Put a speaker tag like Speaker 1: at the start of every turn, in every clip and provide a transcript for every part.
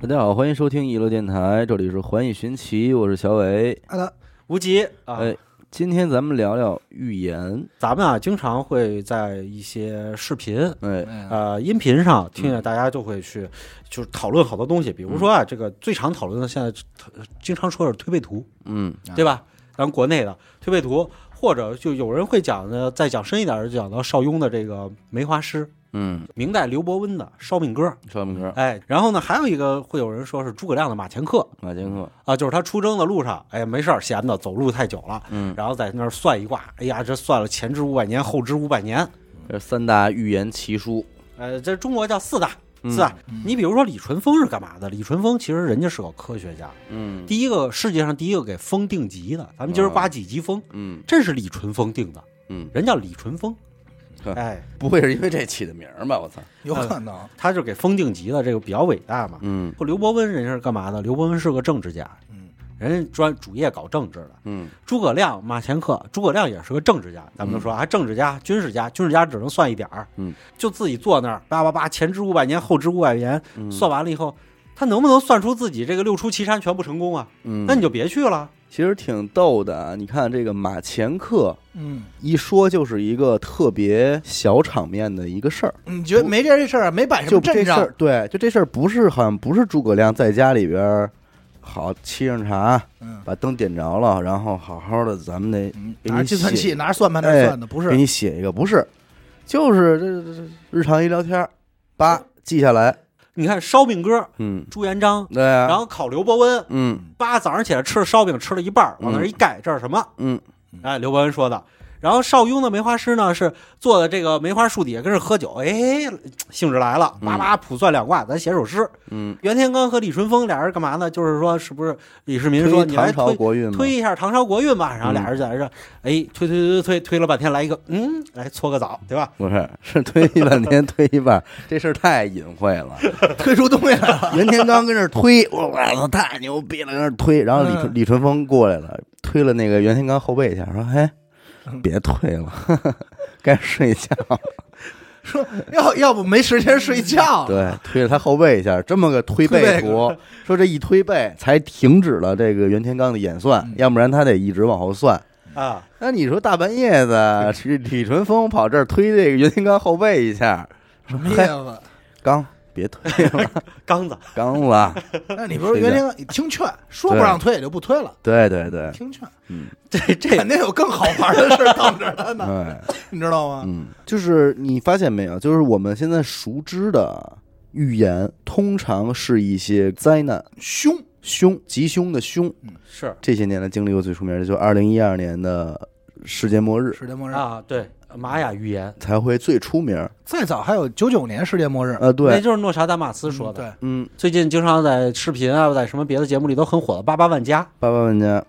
Speaker 1: 大家好，欢迎收听一乐电台，这里是环宇寻奇，我是小伟。
Speaker 2: 好的，
Speaker 3: 无极啊，
Speaker 1: 哎今天咱们聊聊预言，
Speaker 3: 咱们啊经常会在一些视频。
Speaker 1: 哎，
Speaker 3: 呃，音频上听见大家就会去，就是讨论好多东西，比如说啊，这个最常讨论的现在呃经常说是推背图，
Speaker 1: 嗯，
Speaker 2: 啊
Speaker 3: 对吧？咱国内的推背图，或者就有人会讲呢，再讲深一点儿，就讲到邵雍的这个梅花诗，
Speaker 1: 嗯，
Speaker 3: 明代刘伯温的《烧饼歌》，
Speaker 1: 邵明哥，
Speaker 3: 哎，然后呢，还有一个会有人说是诸葛亮的《马前课》
Speaker 1: 马前课，
Speaker 3: 啊，就是他出征的路上，哎，没事儿闲的，走路太久了，
Speaker 1: 嗯，
Speaker 3: 然后在那儿算一卦，哎呀，这算了前知五百年，后知五百年，
Speaker 1: 这是三大预言奇书，
Speaker 3: 呃，这中国叫四大。
Speaker 1: 嗯
Speaker 3: 四大。你比如说李淳风是干嘛的？李淳风其实人家是个科学家，
Speaker 1: 嗯，哦
Speaker 3: 第一个世界上第一个给风定级的。咱们今儿刮几级风，
Speaker 1: 嗯
Speaker 3: 这是李淳风定的，
Speaker 1: 嗯，
Speaker 3: 人叫李淳风。
Speaker 1: 呵
Speaker 3: 哎，
Speaker 1: 不会是因为这起的名儿吧？我操，
Speaker 2: 有可能，
Speaker 3: 他就给风定级的，这个比较伟大嘛。
Speaker 1: 嗯
Speaker 3: 刘伯温人家是干嘛的？刘伯温是个政治家，
Speaker 2: 嗯，
Speaker 3: 人家专主业搞政治的。
Speaker 1: 嗯
Speaker 3: 诸葛亮、马前课，诸葛亮也是个政治家，咱们就说啊，政治家、军事家，军事家只能算一点儿，
Speaker 1: 嗯，
Speaker 3: 就自己坐那儿叭叭叭，前知五百年，后知五百年，
Speaker 1: 嗯
Speaker 3: 算完了以后，他能不能算出自己这个六出祁山全部成功啊？
Speaker 1: 嗯，
Speaker 3: 那你就别去了，
Speaker 1: 其实挺逗的啊！你看这个马前课，
Speaker 2: 嗯，
Speaker 1: 一说就是一个特别小场面的一个事儿，
Speaker 2: 你觉得没哎这事儿，没摆什
Speaker 1: 就
Speaker 2: 么
Speaker 1: 这
Speaker 2: 阵
Speaker 1: 事
Speaker 2: 仗
Speaker 1: 儿，，对，就这事儿不是好像不是诸葛亮在家里边儿好沏上茶，
Speaker 2: 嗯
Speaker 1: 把灯点着了，然后好好的，咱们得
Speaker 2: 嗯，
Speaker 1: 给
Speaker 2: 拿着
Speaker 1: 你
Speaker 2: 计算器，
Speaker 1: 写，
Speaker 2: 拿着算盘那
Speaker 1: 哎
Speaker 2: 儿算的，不
Speaker 1: 给
Speaker 2: 是，
Speaker 1: 你写一个，不是，就是这这这日常一聊天儿，叭记下来，
Speaker 3: 你看烧饼哥
Speaker 1: 嗯，
Speaker 3: 朱元璋，
Speaker 1: 对啊，
Speaker 3: 然后烤刘伯温，
Speaker 1: 嗯
Speaker 3: 八早上起来吃了烧饼，吃了一半儿，往那儿一盖，这是什么？
Speaker 1: 嗯
Speaker 3: 哎，刘伯温说的。然后邵雍的梅花诗呢，是坐在这个梅花树底下跟着喝酒，哎，兴致来了，叭叭卜算两卦，咱写首诗。
Speaker 1: 嗯，
Speaker 3: 袁天罡和李淳风俩人干嘛呢？就是说，是不是李世民说
Speaker 1: 推
Speaker 3: 你
Speaker 1: 唐
Speaker 3: 来
Speaker 1: 朝
Speaker 3: 推
Speaker 1: 国运嘛，
Speaker 3: 推一下唐朝国运吧？然后俩人在这，哎，推推推推推了半天，来一个，嗯，来搓个澡，对吧？
Speaker 1: 不是，是推一半天推一半儿，这事儿太隐晦 了。
Speaker 2: 推出东西来了，
Speaker 1: 袁天罡跟那儿推，我操，太牛逼了，跟那儿推。然后李、
Speaker 2: 嗯
Speaker 1: 李淳风过来了，推了那个袁天罡后背一下，说：“哎， 别推了，呵呵该睡觉。
Speaker 2: 说要要不没时间睡”觉，
Speaker 1: 嗯对，推了他后背一下，这么个推
Speaker 2: 推
Speaker 1: 背
Speaker 2: 背
Speaker 1: 图，说这一推背才停止了这个袁天罡的演算，
Speaker 2: 嗯
Speaker 1: 要不然他得一直往后算。
Speaker 3: 啊，
Speaker 1: 那你说大半夜 的，李李淳风跑这儿推这个袁天罡后背一下，
Speaker 2: 什么意思？啊
Speaker 1: 刚别推了，
Speaker 3: 刚子，
Speaker 1: 刚了。
Speaker 2: 那你不是袁天罡听劝，说不让推也就不推了，
Speaker 1: 对嗯对对，
Speaker 2: 听劝，
Speaker 3: 这这
Speaker 2: 肯定有更好玩的事儿等着他呢，
Speaker 1: 哎。
Speaker 2: 你知道吗？
Speaker 1: 嗯，就是你发现没有，就是我们现在熟知的预言，通常是一些灾难、
Speaker 2: 凶，
Speaker 1: 凶、吉凶的凶。
Speaker 3: 是
Speaker 1: 这些年来经历过最出名的，就是二零一二年的世界末日
Speaker 2: 世界末日。
Speaker 3: 啊，对，玛雅预言，
Speaker 1: 才会最出名。
Speaker 2: 再早还有九九年世界末日，
Speaker 1: 呃，
Speaker 3: 那
Speaker 1: 对，
Speaker 3: 就是诺查丹马斯
Speaker 2: 嗯
Speaker 3: 说的。
Speaker 2: 对，
Speaker 1: 嗯，
Speaker 3: 最近经常在视频啊，在什么别的节目里都很火的八八万家，
Speaker 1: 八八万家。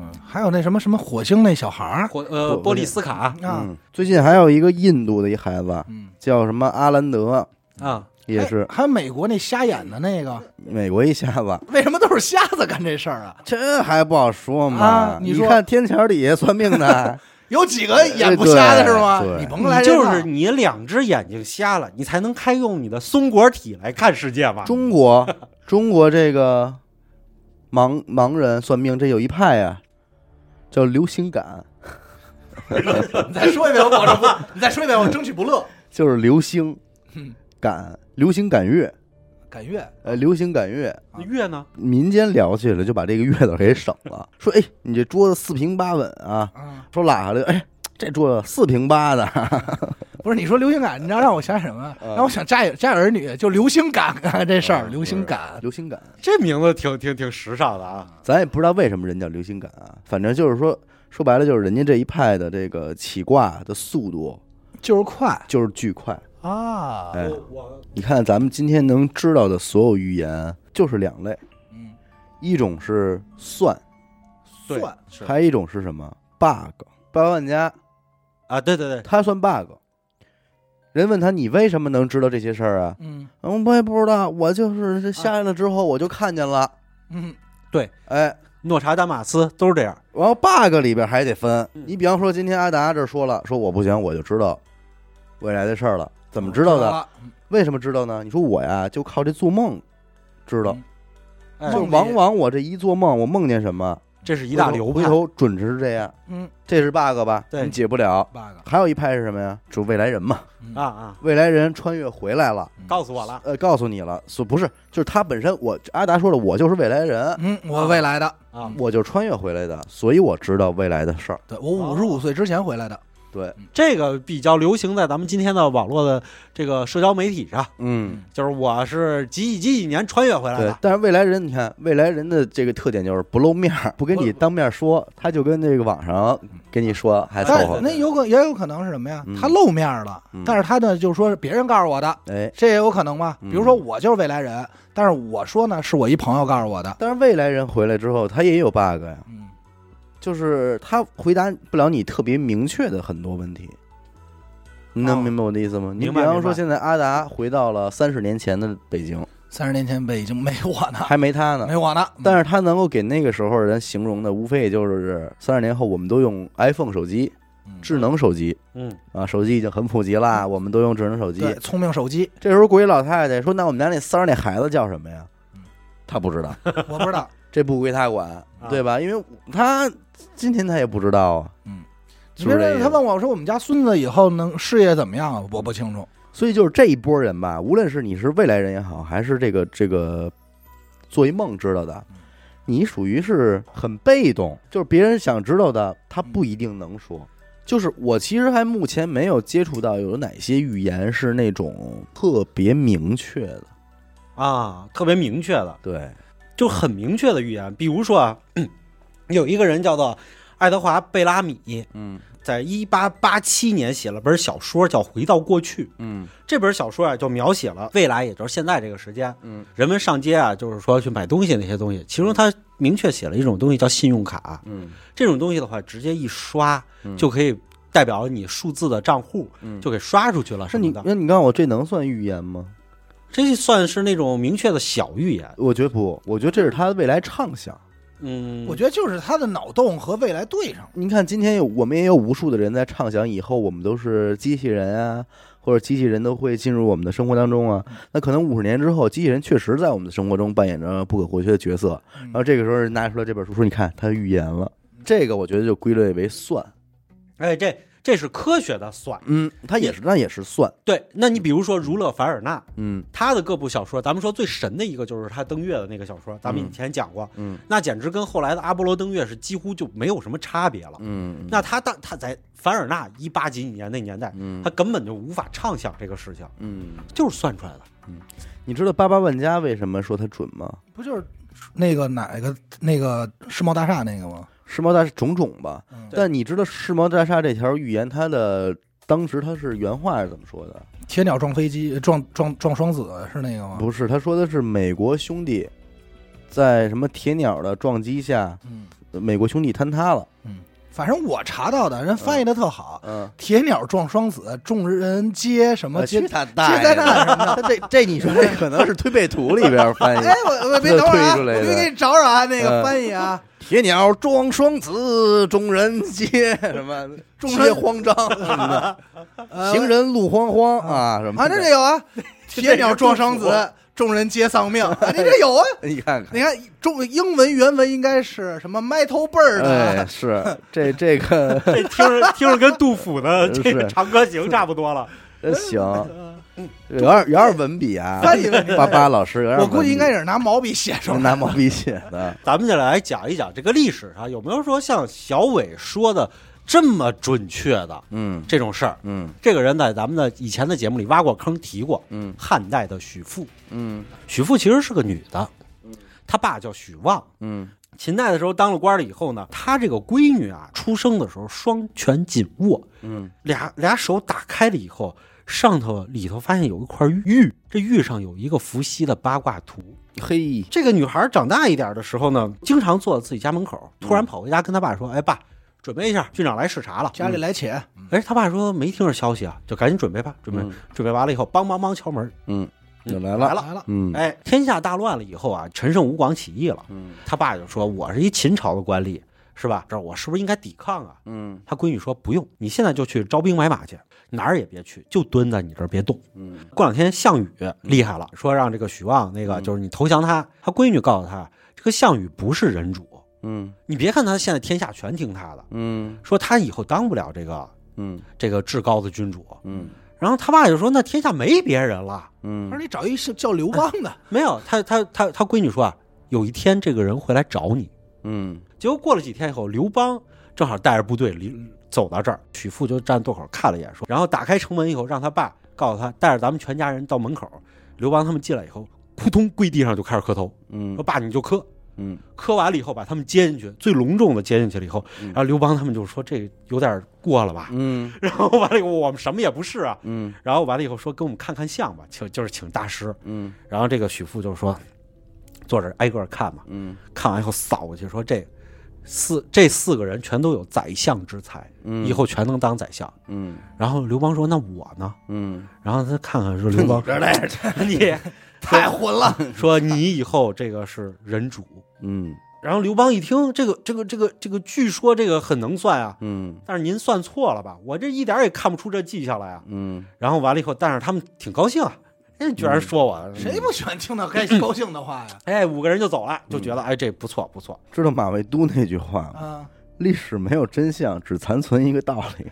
Speaker 2: 嗯，还有那什么什么火星那小孩儿
Speaker 3: 火呃
Speaker 1: 不
Speaker 3: 波利斯卡
Speaker 2: 啊，
Speaker 1: 嗯，最近还有一个印度的一孩子
Speaker 2: 嗯，哎
Speaker 1: 叫什么阿兰德，
Speaker 3: 啊，
Speaker 1: 也是
Speaker 2: 还还有美国那瞎眼的那个，
Speaker 1: 美国一瞎子。
Speaker 2: 为什么都是瞎子干这事儿啊？
Speaker 1: 这还不好说嘛？
Speaker 2: 啊
Speaker 1: 你
Speaker 2: 你说
Speaker 1: 看天桥底下算命 的，
Speaker 2: 有几个眼不瞎的是吗
Speaker 1: 对哎对？
Speaker 2: 你甭来
Speaker 3: 你
Speaker 2: 这套
Speaker 3: 就是你两只眼睛瞎了，你才能开用你的松果体来看世界嘛。
Speaker 1: 中国中国这个盲盲人算命，这有一派呀、叫流行感，
Speaker 2: 你 再说一遍，我保证不， 你再说一遍，我争取不乐。
Speaker 1: 就是流星
Speaker 2: 哼
Speaker 1: 感，流行感乐，
Speaker 2: 赶月
Speaker 1: 呃，流行感乐。
Speaker 3: 那月呢？
Speaker 1: 民间聊起来就把这个乐字给省了，说哎，你这桌子四平八稳啊，
Speaker 2: 啊，
Speaker 1: 说拉下来，哎，这桌子四平八的，
Speaker 2: 不是你说流星感，你知道让我想起什么？
Speaker 1: 嗯
Speaker 2: 让我想家有家有儿女，就流星感啊这事儿，流星感
Speaker 1: 流行感，啊
Speaker 3: 这名字挺挺挺时尚的啊。
Speaker 1: 咱也不知道为什么人叫流星感啊，反正就是说说白了就是人家这一派的这个起卦的速度
Speaker 2: 就是快
Speaker 1: 就是巨快，
Speaker 2: 啊，
Speaker 1: 哎。
Speaker 3: 我
Speaker 1: 你看，咱们今天能知道的所有预言就是两类，
Speaker 2: 嗯，
Speaker 1: 一种是算，
Speaker 3: 对
Speaker 2: 算
Speaker 3: 是
Speaker 1: 还有一种是什么 bug。八万家
Speaker 3: 啊，对对对，
Speaker 1: 他算 bug，人问他你为什么能知道这些事儿啊？
Speaker 2: 嗯
Speaker 1: 嗯，我也不知道，我就是这下来了之后我就看见了，
Speaker 2: 嗯，
Speaker 1: 哎。
Speaker 3: 诺查丹马斯都是这样。
Speaker 1: 然后 bug 里边还得分，
Speaker 3: 嗯
Speaker 1: 你比方说今天阿达这说了，说我不行，我就知道未来的事
Speaker 2: 啊
Speaker 1: 儿了，怎么知道的？
Speaker 2: 了？
Speaker 1: 为什么知道呢？你说我呀，就靠这做梦知道
Speaker 2: 嗯，
Speaker 3: 哎
Speaker 1: 就
Speaker 2: 梦里
Speaker 1: 往往我这一做梦，我梦见什么，
Speaker 3: 这是一大流
Speaker 1: 回
Speaker 3: 派。
Speaker 1: 头准是这样，
Speaker 2: 嗯
Speaker 1: 这是 bug 吧？
Speaker 3: 对
Speaker 1: 你解不了。
Speaker 2: ，bug
Speaker 1: 还有一派是什么呀？就未来人嘛，
Speaker 3: 啊啊，
Speaker 1: 未来人穿越回来了，
Speaker 3: 告诉我了，
Speaker 1: 呃，告诉你了，所不是，就是他本身，我阿达说了，我就是未来人，
Speaker 2: 嗯，我未来的，
Speaker 3: 啊，
Speaker 1: 我就穿越回来的，所以我知道未来的事儿。
Speaker 2: 对我五十五岁之前回来的，
Speaker 1: 对，
Speaker 3: 这个比较流行在咱们今天的网络的这个社交媒体上，
Speaker 1: 嗯，
Speaker 3: 就是我是几几几几年穿越回来
Speaker 1: 对
Speaker 3: 的。。
Speaker 1: 但是未来人，你看未来人的这个特点就是不露面儿，不跟嗯你当面说，他就跟这个网上跟你说还凑
Speaker 2: 但
Speaker 1: 合
Speaker 2: 是。那有可也有可能是什么呀
Speaker 1: 嗯？
Speaker 2: 他露面了
Speaker 1: 嗯，
Speaker 2: 但是他呢，就是说是别人告诉我的，
Speaker 1: 哎，
Speaker 2: 这也有可能吗？
Speaker 1: 嗯
Speaker 2: 比如说我就是未来人，但是我说呢，是我一朋友告诉我的，
Speaker 1: 但是未来人回来之后，他也有 bug 呀，
Speaker 2: 嗯，
Speaker 1: 就是他回答不了你特别明确的很多问题。你能
Speaker 3: 哦
Speaker 1: 明白我的意思吗？你
Speaker 3: 明
Speaker 1: 比
Speaker 3: 白
Speaker 1: 方
Speaker 3: 明
Speaker 1: 说，
Speaker 3: 白啊
Speaker 1: 现在阿达回到了三十年前的北京，
Speaker 2: 三十年前北京没我呢，
Speaker 1: 还没他呢。
Speaker 3: 嗯
Speaker 2: 没我呢，
Speaker 1: 嗯
Speaker 2: 嗯
Speaker 1: 但是他能够给那个时候人形容的，无非也就是三十年后我们都用 iPhone 手机、
Speaker 2: 嗯
Speaker 1: 智能手机
Speaker 3: 嗯，
Speaker 1: 啊，手机已经很普及啦，我们都用智能手机。
Speaker 2: 对聪明 手机，
Speaker 1: 这时候过一老太太说：“那我们家那三儿那孩子叫什么呀
Speaker 2: 嗯？”
Speaker 1: 她不知道，
Speaker 2: 我不知道，
Speaker 1: 这不归她管，
Speaker 3: 啊
Speaker 1: 对吧？因为她今天她也不知道啊，
Speaker 2: 嗯，
Speaker 1: 是
Speaker 2: 你
Speaker 1: 不
Speaker 2: 别
Speaker 1: 是这意思
Speaker 2: 说他问我说我们家孙子以后能事业怎么样啊？我
Speaker 1: 嗯
Speaker 2: 不清楚，
Speaker 1: 所以就是这一波人吧，无论是你是未来人也好，还是这个这个做一梦知道的，你属于是很被动，就是别人想知道的，他不一定能说。就是我其实还目前没有接触到有哪些语言是那种特别明确的，
Speaker 3: 啊，特别明确的，
Speaker 1: 对，
Speaker 3: 就很明确的预言。比如说啊，有一个人叫做爱德华·贝拉米，
Speaker 1: 嗯
Speaker 3: 在一八八七年写了本小说叫《回到过去》。
Speaker 1: 嗯
Speaker 3: 这本小说啊，就描写了未来，也就是现在这个时间，
Speaker 1: 嗯，
Speaker 3: 人们上街啊，就是说去买东西那些东西。其中他明确写了一种东西叫信用卡，
Speaker 1: 嗯
Speaker 3: 这种东西的话，直接一刷
Speaker 1: 嗯
Speaker 3: 就可以代表你数字的账户，
Speaker 1: 嗯
Speaker 3: 就给刷出去了
Speaker 1: 是
Speaker 3: 什
Speaker 1: 你
Speaker 3: 么的。
Speaker 1: 那你告诉我这能算预言吗？
Speaker 3: 这算是那种明确的小预言。
Speaker 1: 我觉得不，我觉得这是他未来畅想。
Speaker 3: 嗯，
Speaker 2: 我觉得就是他的脑洞和未来对上了，
Speaker 1: 您看，今天有我们也有无数的人在畅想，以后我们都是机器人啊，或者机器人都会进入我们的生活当中啊。那可能五十年之后，机器人确实在我们的生活中扮演着不可或缺的角色。然后这个时候人拿出来这本书，说你看他预言了，这个我觉得就归类为算。
Speaker 3: 哎，这这是科学的算。
Speaker 1: 嗯，他也是，那也是算。
Speaker 3: 对，那你比如说儒勒·凡尔纳，
Speaker 1: 嗯
Speaker 3: 他的各部小说，咱们说最神的一个就是他登月的那个小说，咱们以前讲过，
Speaker 1: 嗯
Speaker 3: 那简直跟后来的阿波罗登月是几乎就没有什么差别了。
Speaker 1: 嗯，
Speaker 3: 那他当他在凡尔纳一八几几年那年代，
Speaker 1: 嗯
Speaker 3: 他根本就无法畅想这个事情，
Speaker 1: 嗯，
Speaker 3: 就是算出来的。
Speaker 1: 你知道八八万家为什么说它准吗？
Speaker 2: 不就是那个哪个那个世贸大厦那个吗？
Speaker 1: 世贸大厦种种吧。
Speaker 2: 嗯
Speaker 1: 但你知道世贸大厦这条预言，它的当时它是原话是怎么说的？
Speaker 2: 铁鸟撞飞机撞撞撞双子是那个吗？
Speaker 1: 不是，他说的是美国兄弟在什么铁鸟的撞击下，
Speaker 2: 嗯，
Speaker 1: 美国兄弟坍塌了。
Speaker 2: 反正我查到的人翻译的特好，
Speaker 1: 嗯，
Speaker 2: 铁鸟撞双子，众人皆什么皆
Speaker 1: 去呃他大
Speaker 2: 皆灾难什么的。
Speaker 1: 他这这你 说这可能是推背图里边翻译
Speaker 2: 哎，我我别等会儿啊，
Speaker 1: 推出来的
Speaker 2: 我别给你找找啊，那
Speaker 1: 嗯
Speaker 2: 个翻译啊，
Speaker 1: 铁鸟撞双子，众人皆什 么
Speaker 2: 众
Speaker 1: 皆
Speaker 2: 人
Speaker 1: 慌张，什么的
Speaker 2: 呃
Speaker 1: 行人路慌慌 啊什么的。
Speaker 2: 啊，这这有 啊，铁鸟撞双子， 众人皆丧命， 啊，你这有啊。
Speaker 1: 你看看，
Speaker 2: 你看中英文原文应该是什么 metal bird
Speaker 1: 哎，
Speaker 2: 啊？
Speaker 1: 是这这 个
Speaker 3: 这听着听着跟杜 甫的
Speaker 1: 是
Speaker 3: 这个《长歌行》差不多了。
Speaker 1: 真行，有点有点嗯文笔啊，
Speaker 2: 翻译问题
Speaker 1: 巴巴老师有点
Speaker 2: 我
Speaker 1: 文笔，
Speaker 2: 估计应该也是拿毛笔写出来的。
Speaker 1: 哎拿毛笔写的。
Speaker 3: 咱们就来讲一讲这个历史上有没有说像小伟说的这么准确的
Speaker 1: 嗯
Speaker 3: 这种事儿。
Speaker 1: 嗯
Speaker 3: 这个人在咱们的以前的节目里挖过坑，提过
Speaker 1: 嗯
Speaker 3: 汉代的许父。
Speaker 1: 嗯
Speaker 3: 许父其实是个女的，她爸叫许望。
Speaker 1: 嗯
Speaker 3: 秦代的时候当了官了以后呢，她这个闺女啊，出生的时候双拳紧握，
Speaker 1: 嗯
Speaker 3: 俩俩手打开了以后，上头里头发现有一块玉，这玉上有一个伏羲的八卦图。
Speaker 1: 嘿，
Speaker 3: 这个女孩长大一点的时候呢，经常坐在自己家门口，突然跑回家跟她爸说：“哎，爸，准备一下，郡长来视察了。”
Speaker 2: 家里来且，
Speaker 3: 哎，他爸说没听着消息啊，就赶紧准备吧，准备、
Speaker 1: 嗯
Speaker 3: 准备完了以后，梆梆梆敲门，
Speaker 1: 嗯，就来
Speaker 3: 来
Speaker 1: 了，
Speaker 3: 了。
Speaker 2: 来了，
Speaker 1: 嗯
Speaker 3: 哎，天下大乱了以后啊，陈胜吴广起义了，
Speaker 1: 嗯
Speaker 3: 他爸就说：“我是一秦朝的官吏，是吧？这我是不是应该抵抗啊？
Speaker 1: 嗯
Speaker 3: 他闺女说不用，你现在就去招兵买马去，哪儿也别去，就蹲在你这儿别动。
Speaker 1: 嗯
Speaker 3: 过两天项羽厉害了，说让这个许旺那个
Speaker 1: 嗯
Speaker 3: 就是你投降他，他闺女告诉他，这个项羽不是人主，
Speaker 1: 嗯
Speaker 3: 你别看他现在天下全听他的，
Speaker 1: 嗯
Speaker 3: 说他以后当不了这个
Speaker 1: 嗯
Speaker 3: 这个至高的君主。
Speaker 1: 嗯
Speaker 3: 然后他爸就说，那天下没别人了，
Speaker 2: 他说
Speaker 1: 嗯，
Speaker 2: 你找一是叫刘邦的，
Speaker 3: 没有他他他他闺女说啊，有一天这个人会来找你。
Speaker 1: 嗯
Speaker 3: 结果过了几天以后，刘邦正好带着部队离走到这儿，许父就站洞口看了一眼，说，然后打开城门以后，让他爸告诉他，带着咱们全家人到门口。刘邦他们进来以后，扑通跪地上就开始磕头，说
Speaker 1: 嗯
Speaker 3: 爸你就磕。
Speaker 1: 嗯
Speaker 3: 磕完了以后，把他们接进去，最隆重的接进去了以后，
Speaker 1: 嗯
Speaker 3: 然后刘邦他们就说这有点过了吧，
Speaker 1: 嗯
Speaker 3: 然后完了以后我们什么也不是啊，
Speaker 1: 嗯
Speaker 3: 然后完了以后说给我们看看相吧，请就是请大师，
Speaker 1: 嗯
Speaker 3: 然后这个许父就说坐这儿挨个儿看吧，
Speaker 1: 嗯
Speaker 3: 看完以后扫过去说这四这四个人全都有宰相之才，
Speaker 1: 嗯，
Speaker 3: 以后全能当宰相。
Speaker 1: 嗯
Speaker 3: 然后刘邦说那我呢？
Speaker 1: 嗯，
Speaker 3: 然后他看 看说刘邦
Speaker 1: 这来着，
Speaker 3: 你
Speaker 2: 太混了。
Speaker 3: 说你以后这个是人主。
Speaker 1: 嗯
Speaker 3: 然后刘邦一听，这个这个这个这个，据说这个很能算啊，
Speaker 1: 嗯
Speaker 3: 但是您算错了吧？我这一点儿也看不出这迹象来啊。
Speaker 1: 嗯
Speaker 3: 然后完了以后，但是他们挺高兴啊，人居然说我，
Speaker 1: 嗯
Speaker 2: 谁不喜欢听到开高兴的话呀？
Speaker 3: 哎，五个人就走了，就觉
Speaker 1: 嗯
Speaker 3: 得哎这不错不错。
Speaker 1: 知道马未都那句话吗？
Speaker 2: 啊，
Speaker 1: 历史没有真相，只残存一个道理，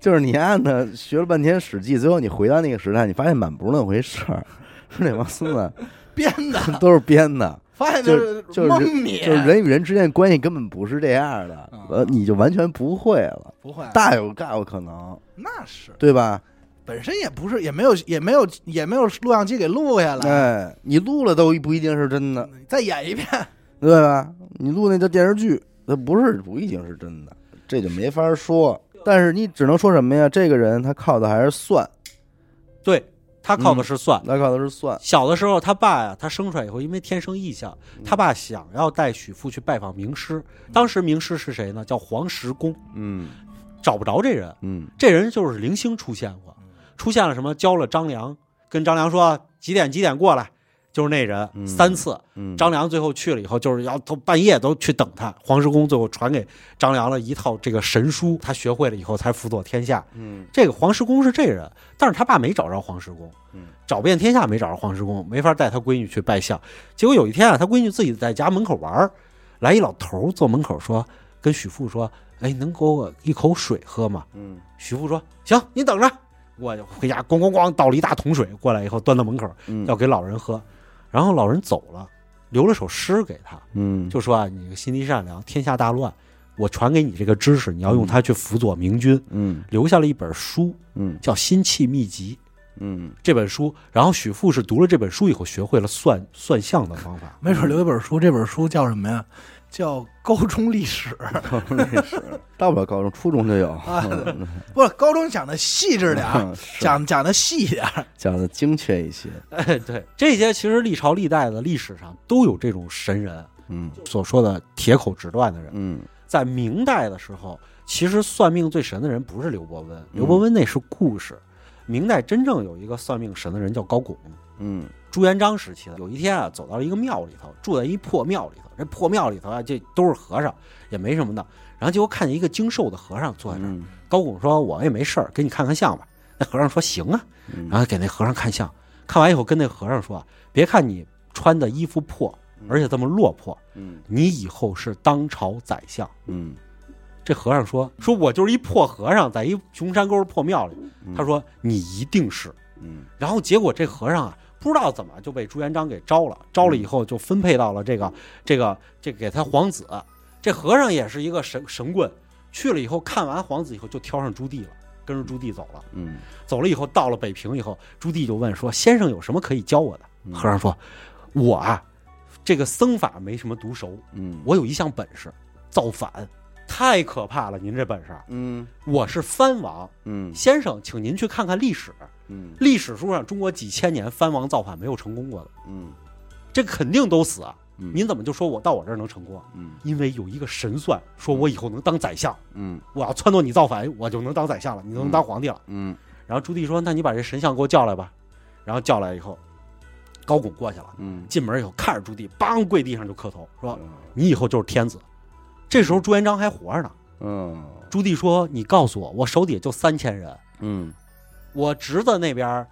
Speaker 1: 就是你按的学了半天《史记》，最后你回到那个时代，你发现满不是那回事儿，是那帮孙子
Speaker 2: 编的，
Speaker 1: 都是编的，
Speaker 2: 发现
Speaker 1: 就是就是
Speaker 2: 蒙
Speaker 1: 人
Speaker 2: 你，
Speaker 1: 就是人与人之间关系根本不是这样的，呃，你就完全不会了，
Speaker 2: 不会，
Speaker 1: 大有大有可能，
Speaker 2: 那是
Speaker 1: 对吧？
Speaker 2: 本身也不是，也没有，也没有，也没有录像机给录下来，
Speaker 1: 哎，你录了都不一定是真的，
Speaker 2: 再演一遍。
Speaker 1: 对吧？你录那叫电视剧，那不是不一定是真的，这就没法说。但是你只能说什么呀？这个人他靠的还是算，
Speaker 3: 对他靠
Speaker 1: 嗯
Speaker 3: 的是算。
Speaker 1: 他靠的是算。
Speaker 3: 小的时候，他爸呀，他生出来以后，因为天生异象，他爸想要带许父去拜访名师。当时名师是谁呢？叫黄石公，
Speaker 1: 嗯
Speaker 3: 找不着这人，
Speaker 1: 嗯
Speaker 3: 这人就是零星出现过，出现了什么？教了张良，跟张良说几点几点过来，就是那人、
Speaker 1: 嗯
Speaker 3: 三次。
Speaker 1: 嗯，
Speaker 3: 张良最后去了以后，就是要到半夜都去等他。黄石公最后传给张良了一套这个神书，他学会了以后才辅佐天下。
Speaker 1: 嗯
Speaker 3: 这个黄石公是这人，但是他爸没找着黄石公
Speaker 1: 嗯，
Speaker 3: 找遍天下没找着黄石公，没法带他闺女去拜相。结果有一天啊，他闺女自己在家门口玩儿，来一老头儿坐门口说，跟许父说：“哎，能给我一口水喝吗？”
Speaker 1: 嗯
Speaker 3: 许父说：“行，您等着。”我就回家咣咣咣倒了一大桶水过来以后，端到门口
Speaker 1: 嗯
Speaker 3: 要给老人喝，然后老人走了，留了首诗给他，
Speaker 1: 嗯
Speaker 3: 就说啊，你心地善良，天下大乱，我传给你这个知识，你要用它去辅佐明君。
Speaker 1: 嗯
Speaker 3: 留下了一本书，
Speaker 1: 嗯
Speaker 3: 叫《辛弃秘籍》
Speaker 1: 嗯
Speaker 3: 这本书，然后许富是读了这本书以后，学会了算算相的方法。
Speaker 2: 没准留一本书，这本书叫什么呀？叫《高中历史》
Speaker 1: 高中历史到不了高中，初中就有，
Speaker 2: 啊，不是高中讲的细致
Speaker 3: 哎
Speaker 2: 点儿，
Speaker 1: 嗯是
Speaker 2: 讲讲的细一点儿。
Speaker 1: 讲的精确一些。
Speaker 3: 哎， 对，这些其实历朝历代的历史上都有这种神人
Speaker 1: 嗯
Speaker 3: 所说的铁口直断的人。
Speaker 1: 嗯
Speaker 3: 在明代的时候，其实算命最神的人不是刘伯温，刘伯温那是故事。明代真正有一个算命神的人叫高拱，
Speaker 1: 嗯
Speaker 3: 朱元璋时期的。有一天啊，走到了一个庙里头，住在一破庙里头。这破庙里头啊，这都是和尚，也没什么的。然后结果看见一个精瘦的和尚坐在那儿。
Speaker 1: 嗯
Speaker 3: 高拱说：“我也没事儿，给你看看相吧。”那和尚说：“行啊。”然后给那和尚看相，看完以后跟那和尚说：“别看你穿的衣服破，而且这么落魄，
Speaker 1: 嗯
Speaker 3: 你以后是当朝宰相。”
Speaker 1: 嗯，
Speaker 3: 这和尚说：“说我就是一破和尚，在一穷山沟破庙里。”他说：“你一定是。
Speaker 1: 嗯”
Speaker 3: 然后结果这和尚啊，不知道怎么就被朱元璋给招了，招了以后就分配到了这个这个这个给他皇子。这和尚也是一个神神棍，去了以后看完皇子以后就挑上朱棣了，跟着朱棣走了。
Speaker 1: 嗯
Speaker 3: 走了以后到了北平以后，朱棣就问说：“先生有什么可以教我的？”
Speaker 1: 嗯
Speaker 3: 和尚说：“我啊，这个僧法没什么读熟，
Speaker 1: 嗯
Speaker 3: 我有一项本事，造反，太可怕了！您这本事，
Speaker 1: 嗯
Speaker 3: 我是藩王
Speaker 1: 嗯
Speaker 3: 先生，请您去看看历史，
Speaker 1: 嗯
Speaker 3: 历史书上中国几千年藩王造反没有成功过的，
Speaker 1: 嗯
Speaker 3: 这肯定都死啊！
Speaker 1: 嗯
Speaker 3: 您怎么就说我到我这儿能成功啊？
Speaker 1: 嗯
Speaker 3: 因为有一个神算，说我以后能当宰相，
Speaker 1: 嗯
Speaker 3: 我要撺掇你造反，我就能当宰相了，你就能当皇帝了。
Speaker 1: 嗯
Speaker 3: 然后朱棣说：“那你把这神像给我叫来吧。”然后叫来以后，高拱过去了，
Speaker 1: 嗯，
Speaker 3: 进门以后看着朱棣，梆跪地上就磕头，说：“你以后就是天子。”这时候朱元璋还活着呢。
Speaker 1: 嗯
Speaker 3: 朱棣说：“你告诉我，我手底下就三千人，
Speaker 1: 嗯
Speaker 3: 我侄子那边儿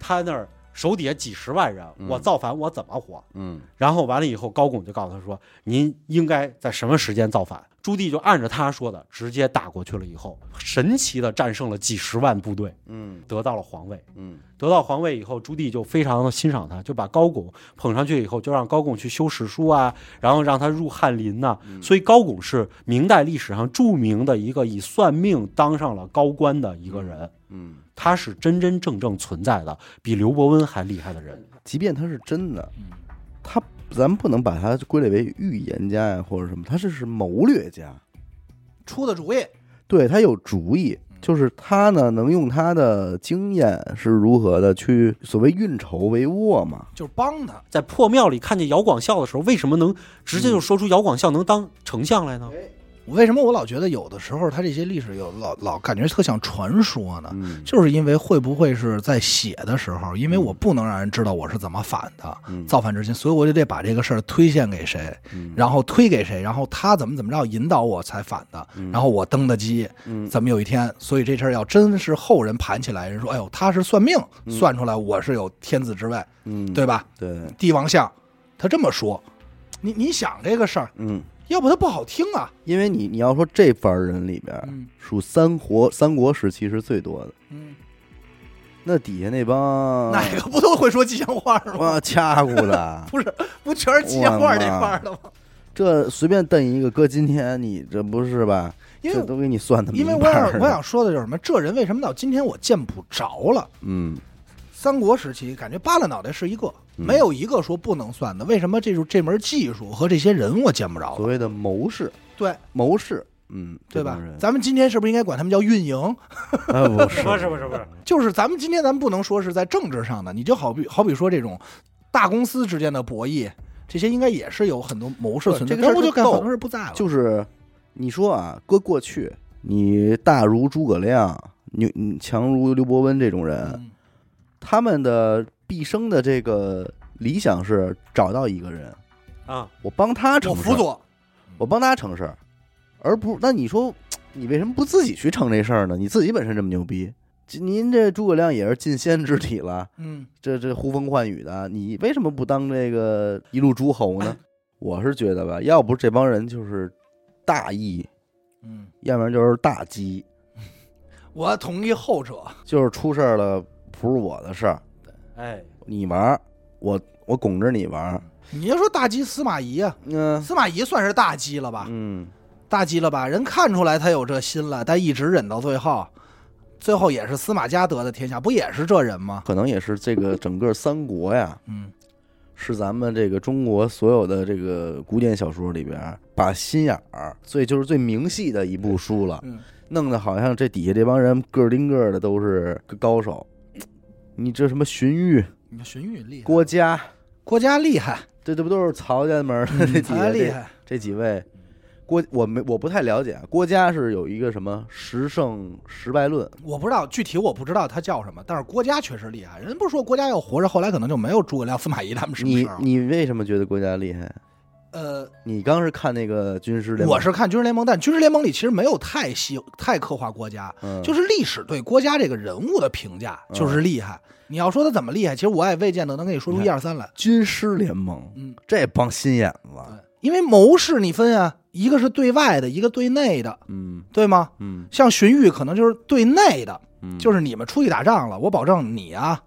Speaker 3: 他那儿手底下几十万人，
Speaker 1: 嗯
Speaker 3: 我造反我怎么活？”
Speaker 1: 嗯
Speaker 3: 然后完了以后，高拱就告诉他说：“您应该在什么时间造反？”朱棣就按着他说的，直接打过去了。以后神奇的战胜了几十万部队，
Speaker 1: 嗯
Speaker 3: 得到了皇位。
Speaker 1: 嗯
Speaker 3: 得到皇位以后，朱棣就非常的欣赏他，就把高拱捧上去以后，就让高拱去修史书啊，然后让他入翰林呐、
Speaker 1: 嗯
Speaker 3: 所以高拱是明代历史上著名的一个以算命当上了高官的一个人，
Speaker 1: 嗯，
Speaker 3: 他是真真正正存在的，比刘伯温还厉害的人。
Speaker 1: 即便他是真的，他咱们不能把他归类为预言家呀或者什么，他这是谋略家，
Speaker 2: 出的主意，
Speaker 1: 对他有主意。就是他呢，能用他的经验是如何的去所谓运筹帷幄嘛？
Speaker 2: 就是帮他。
Speaker 3: 在破庙里看见姚广孝的时候，为什么能直接就说出姚广孝能当丞相来呢？
Speaker 2: 我为什么我老觉得有的时候他这些历史有老老感觉特像传说呢？
Speaker 1: 嗯，
Speaker 2: 就是因为会不会是在写的时候，因为我不能让人知道我是怎么反的，
Speaker 1: 嗯
Speaker 2: 造反之心，所以我就得把这个事儿推荐给谁，
Speaker 1: 嗯
Speaker 2: 然后推给谁，然后他怎么怎么着引导我才反的，然后我登的基，
Speaker 1: 嗯
Speaker 2: 怎么有一天，所以这事儿要真是后人盘起来，人说，哎呦，他是算命算出来我是有天子之位，
Speaker 1: 嗯，
Speaker 2: 对吧？
Speaker 1: 对，
Speaker 2: 帝王相，他这么说，你你想这个事儿，
Speaker 1: 嗯，
Speaker 2: 要不他不好听啊，
Speaker 1: 因为你你要说这帮人里边，
Speaker 2: 嗯
Speaker 1: 属三国三国时期是最多的，
Speaker 2: 嗯，
Speaker 1: 那底下 那帮
Speaker 2: 哪个不都会说吉祥话吗？
Speaker 1: 哇掐鼓的，
Speaker 2: 不是，不全是吉祥话这块儿的吗？
Speaker 1: 这随便瞪一个，搁今天你这不是吧？
Speaker 2: 因
Speaker 1: 这
Speaker 2: 为
Speaker 1: 都给你算的，
Speaker 2: 因为我想我想，说的就是什么，这人为什么到今天我见不着了？
Speaker 1: 嗯
Speaker 2: 三国时期感觉扒拉脑袋是一个，
Speaker 1: 嗯
Speaker 2: 没有一个说不能算的。为什么这种这门技术和这些人我见不着
Speaker 1: 所
Speaker 2: 了？
Speaker 1: 谓的谋士，
Speaker 2: 对
Speaker 1: 谋士，嗯，
Speaker 2: 对
Speaker 1: 这
Speaker 2: 吧
Speaker 1: 帮人？
Speaker 2: 咱们今天是不是应该管他们叫运营？
Speaker 1: 哎， 不是，
Speaker 3: 不是不是不是，
Speaker 2: 就是咱们今天咱们不能说是在政治上的，你就好比好比说这种大公司之间的博弈，这些应该也是有很多谋士
Speaker 1: 对
Speaker 2: 存在。
Speaker 1: 这个事儿
Speaker 2: 但我就
Speaker 1: 就
Speaker 2: 感觉
Speaker 1: 逗
Speaker 2: 很多人不在了，
Speaker 1: 就是你说啊，搁过去，你大如诸葛亮，你你强如刘伯温这种人，
Speaker 2: 嗯
Speaker 1: 他们的毕生的这个理想是找到一个人，
Speaker 3: 啊，
Speaker 1: 我帮他
Speaker 2: 我
Speaker 1: 成事
Speaker 2: 辅
Speaker 1: 儿，
Speaker 2: 佐，
Speaker 1: 我帮他成事儿，而不那你说你为什么不自己去成这事儿呢？你自己本身这么牛逼，这您这诸葛亮也是进仙之体了，
Speaker 2: 嗯，
Speaker 1: 这这呼风唤雨的，你为什么不当这个一路诸侯呢？我是觉得吧，要不这帮人就是大义，
Speaker 2: 嗯，
Speaker 1: 要不然就是大机，
Speaker 2: 我同意后者，
Speaker 1: 就是出事儿了不是我的事儿，
Speaker 3: 哎，
Speaker 1: 你玩儿，我我拱着你玩儿，
Speaker 2: 你就说大鸡司马懿啊，
Speaker 1: 嗯
Speaker 2: 司马懿算是大鸡了吧？
Speaker 1: 嗯。
Speaker 2: 大鸡了吧？人看出来他有这心了，但一直忍到最后，最后也是司马家得的天下，不也是这人吗？
Speaker 1: 可能也是这个整个三国呀，
Speaker 2: 嗯，
Speaker 1: 是咱们这个中国所有的这个古典小说里边儿，把心眼儿最就是最明细的一部书了，
Speaker 2: 嗯
Speaker 1: 弄得好像这底下这帮人个儿顶个儿的都是个高手。你这什么荀彧、
Speaker 2: 你看荀彧厉害，
Speaker 1: 郭嘉，
Speaker 2: 郭嘉厉 害，嗯
Speaker 1: 这这不都是曹家门儿的 这几
Speaker 2: 他
Speaker 1: 个
Speaker 2: 厉
Speaker 1: 这
Speaker 2: 害，
Speaker 1: 这几位？郭我没我不太了解，啊郭嘉是有一个什么十胜十败论，
Speaker 2: 我不知道具体我不知道他叫什么，但是郭嘉确实厉害。人不是说郭嘉要活着，后来可能就没有诸葛亮、司马懿他们什么事
Speaker 1: 你
Speaker 2: 儿了。
Speaker 1: 你为什么觉得郭嘉厉害？啊
Speaker 2: 呃，
Speaker 1: 你刚是看那个军师联盟，
Speaker 2: 我是看《军事联盟》，但《军事联盟》里其实没有太细太刻画郭嘉，
Speaker 1: 嗯
Speaker 2: 就是历史对郭嘉这个人物的评价就是厉害。你要说他怎么厉害，其实我也未见得能跟你说出一二三来。
Speaker 1: 军师联盟，
Speaker 2: 嗯，
Speaker 1: 这帮心眼
Speaker 2: 对
Speaker 1: 子，，
Speaker 2: 因为谋士你分啊，一个是对外的，一个对内的，
Speaker 1: 嗯
Speaker 2: 对吗？
Speaker 1: 嗯
Speaker 2: 像荀彧可能就是对内的，
Speaker 1: 嗯
Speaker 2: 就是你们出去打仗了，我保证你啊，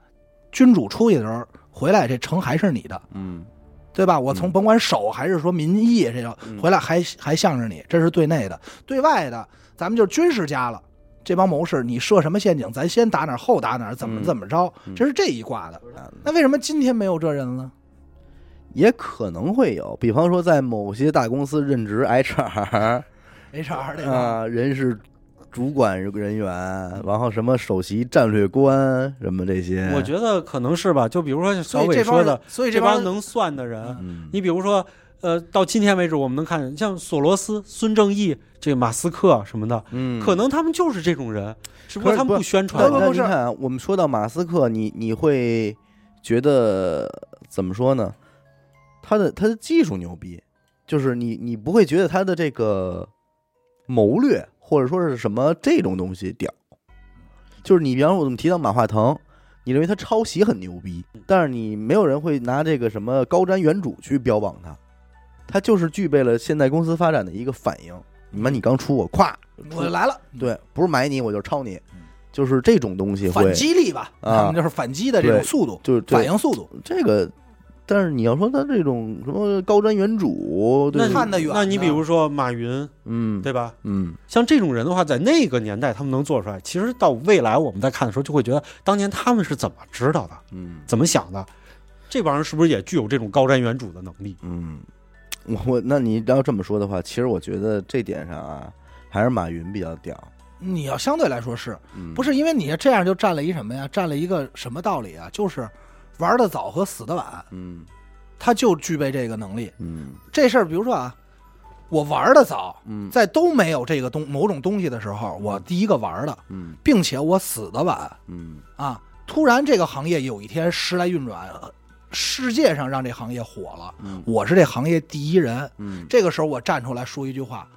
Speaker 2: 君主出去的时候回来，这城还是你的，
Speaker 1: 嗯
Speaker 2: 对吧？我从甭管守还是说民意，这个
Speaker 1: 嗯
Speaker 2: 回来还还向着你，这是对内的，对外的，咱们就是军事家了。这帮谋士，你设什么陷阱，咱先打哪儿，后打哪儿，怎么
Speaker 1: 嗯
Speaker 2: 怎么着，
Speaker 1: 嗯
Speaker 2: 这是这一卦的。那为什么今天没有这人了？
Speaker 1: 也可能会有，比方说在某些大公司任职 HR
Speaker 2: ？HR 这个，
Speaker 1: 啊，人事主管人员，然后什么首席战略官什么这些，
Speaker 3: 我觉得可能是吧，就比如说小
Speaker 2: 所以
Speaker 3: 伟
Speaker 2: 这帮
Speaker 3: 说的
Speaker 2: 人，，所以
Speaker 3: 这
Speaker 2: 帮
Speaker 3: 帮
Speaker 2: 人
Speaker 3: 能算的人，
Speaker 2: 嗯
Speaker 1: 嗯
Speaker 3: 你比如说，呃，到今天为止，我们能看见像索罗斯、孙正义、这个马斯克什么的，
Speaker 1: 嗯
Speaker 3: 可。能他们就是这种人，只不
Speaker 1: 可
Speaker 3: 过
Speaker 1: 是
Speaker 3: 他们
Speaker 1: 不
Speaker 3: 不宣
Speaker 1: 但
Speaker 3: 传。
Speaker 2: 不不
Speaker 1: 但
Speaker 2: 不
Speaker 1: 你
Speaker 2: 是
Speaker 1: 看啊，我们说到马斯克，你你会觉得怎么说呢？他的他的技术牛逼，就是你你不会觉得他的这个谋略或者说是什么这种东西屌，就是你比方说我们提到马化腾，你认为他抄袭很牛逼，但是你没有人会拿这个什么高瞻远瞩去标榜他，他就是具备了现代公司发展的一个反应。你妈，你刚出我咵，
Speaker 2: 我来了，
Speaker 1: 对，不是买你我就是抄你
Speaker 2: 嗯，
Speaker 1: 就是这种东西
Speaker 2: 反
Speaker 1: 会
Speaker 2: 击力吧，
Speaker 1: 啊
Speaker 2: 他们就是反击的这种
Speaker 1: 对
Speaker 2: 速度，
Speaker 1: 就是对
Speaker 2: 反应速度，
Speaker 1: 这个。但是你要说他这种什么高瞻远瞩，对吧
Speaker 3: 那你
Speaker 2: 看得远
Speaker 3: 那你
Speaker 2: 呢
Speaker 3: 比如说马云，
Speaker 1: 嗯，
Speaker 3: 对吧？
Speaker 1: 嗯，
Speaker 3: 像这种人的话，在那个年代他们能做出来，其实到未来我们在看的时候，就会觉得当年他们是怎么知道的，
Speaker 1: 嗯
Speaker 3: 怎么想的。这帮人是不是也具有这种高瞻远瞩的能力？
Speaker 1: 嗯，我我那你要这么说的话，其实我觉得这点上啊，还是马云比较屌。
Speaker 2: 你要相对来说是
Speaker 1: 嗯，
Speaker 2: 不
Speaker 1: 是，
Speaker 2: 是因为你这样就占了一什么呀？占了一个什么道理啊？就是玩的早和死的晚，
Speaker 1: 嗯
Speaker 2: 他就具备这个能力。
Speaker 1: 嗯
Speaker 2: 这事儿，比如说啊，我玩的早，
Speaker 1: 嗯
Speaker 2: 在都没有这个东某种东西的时候，我第一个玩的，
Speaker 1: 嗯
Speaker 2: 并且我死的晚
Speaker 1: 嗯
Speaker 2: 啊。突然这个行业有一天时来运转，呃世界上让这行业火了，
Speaker 1: 嗯
Speaker 2: 我是这行业第一人。
Speaker 1: 嗯，
Speaker 2: 这个时候我站出来说一句话：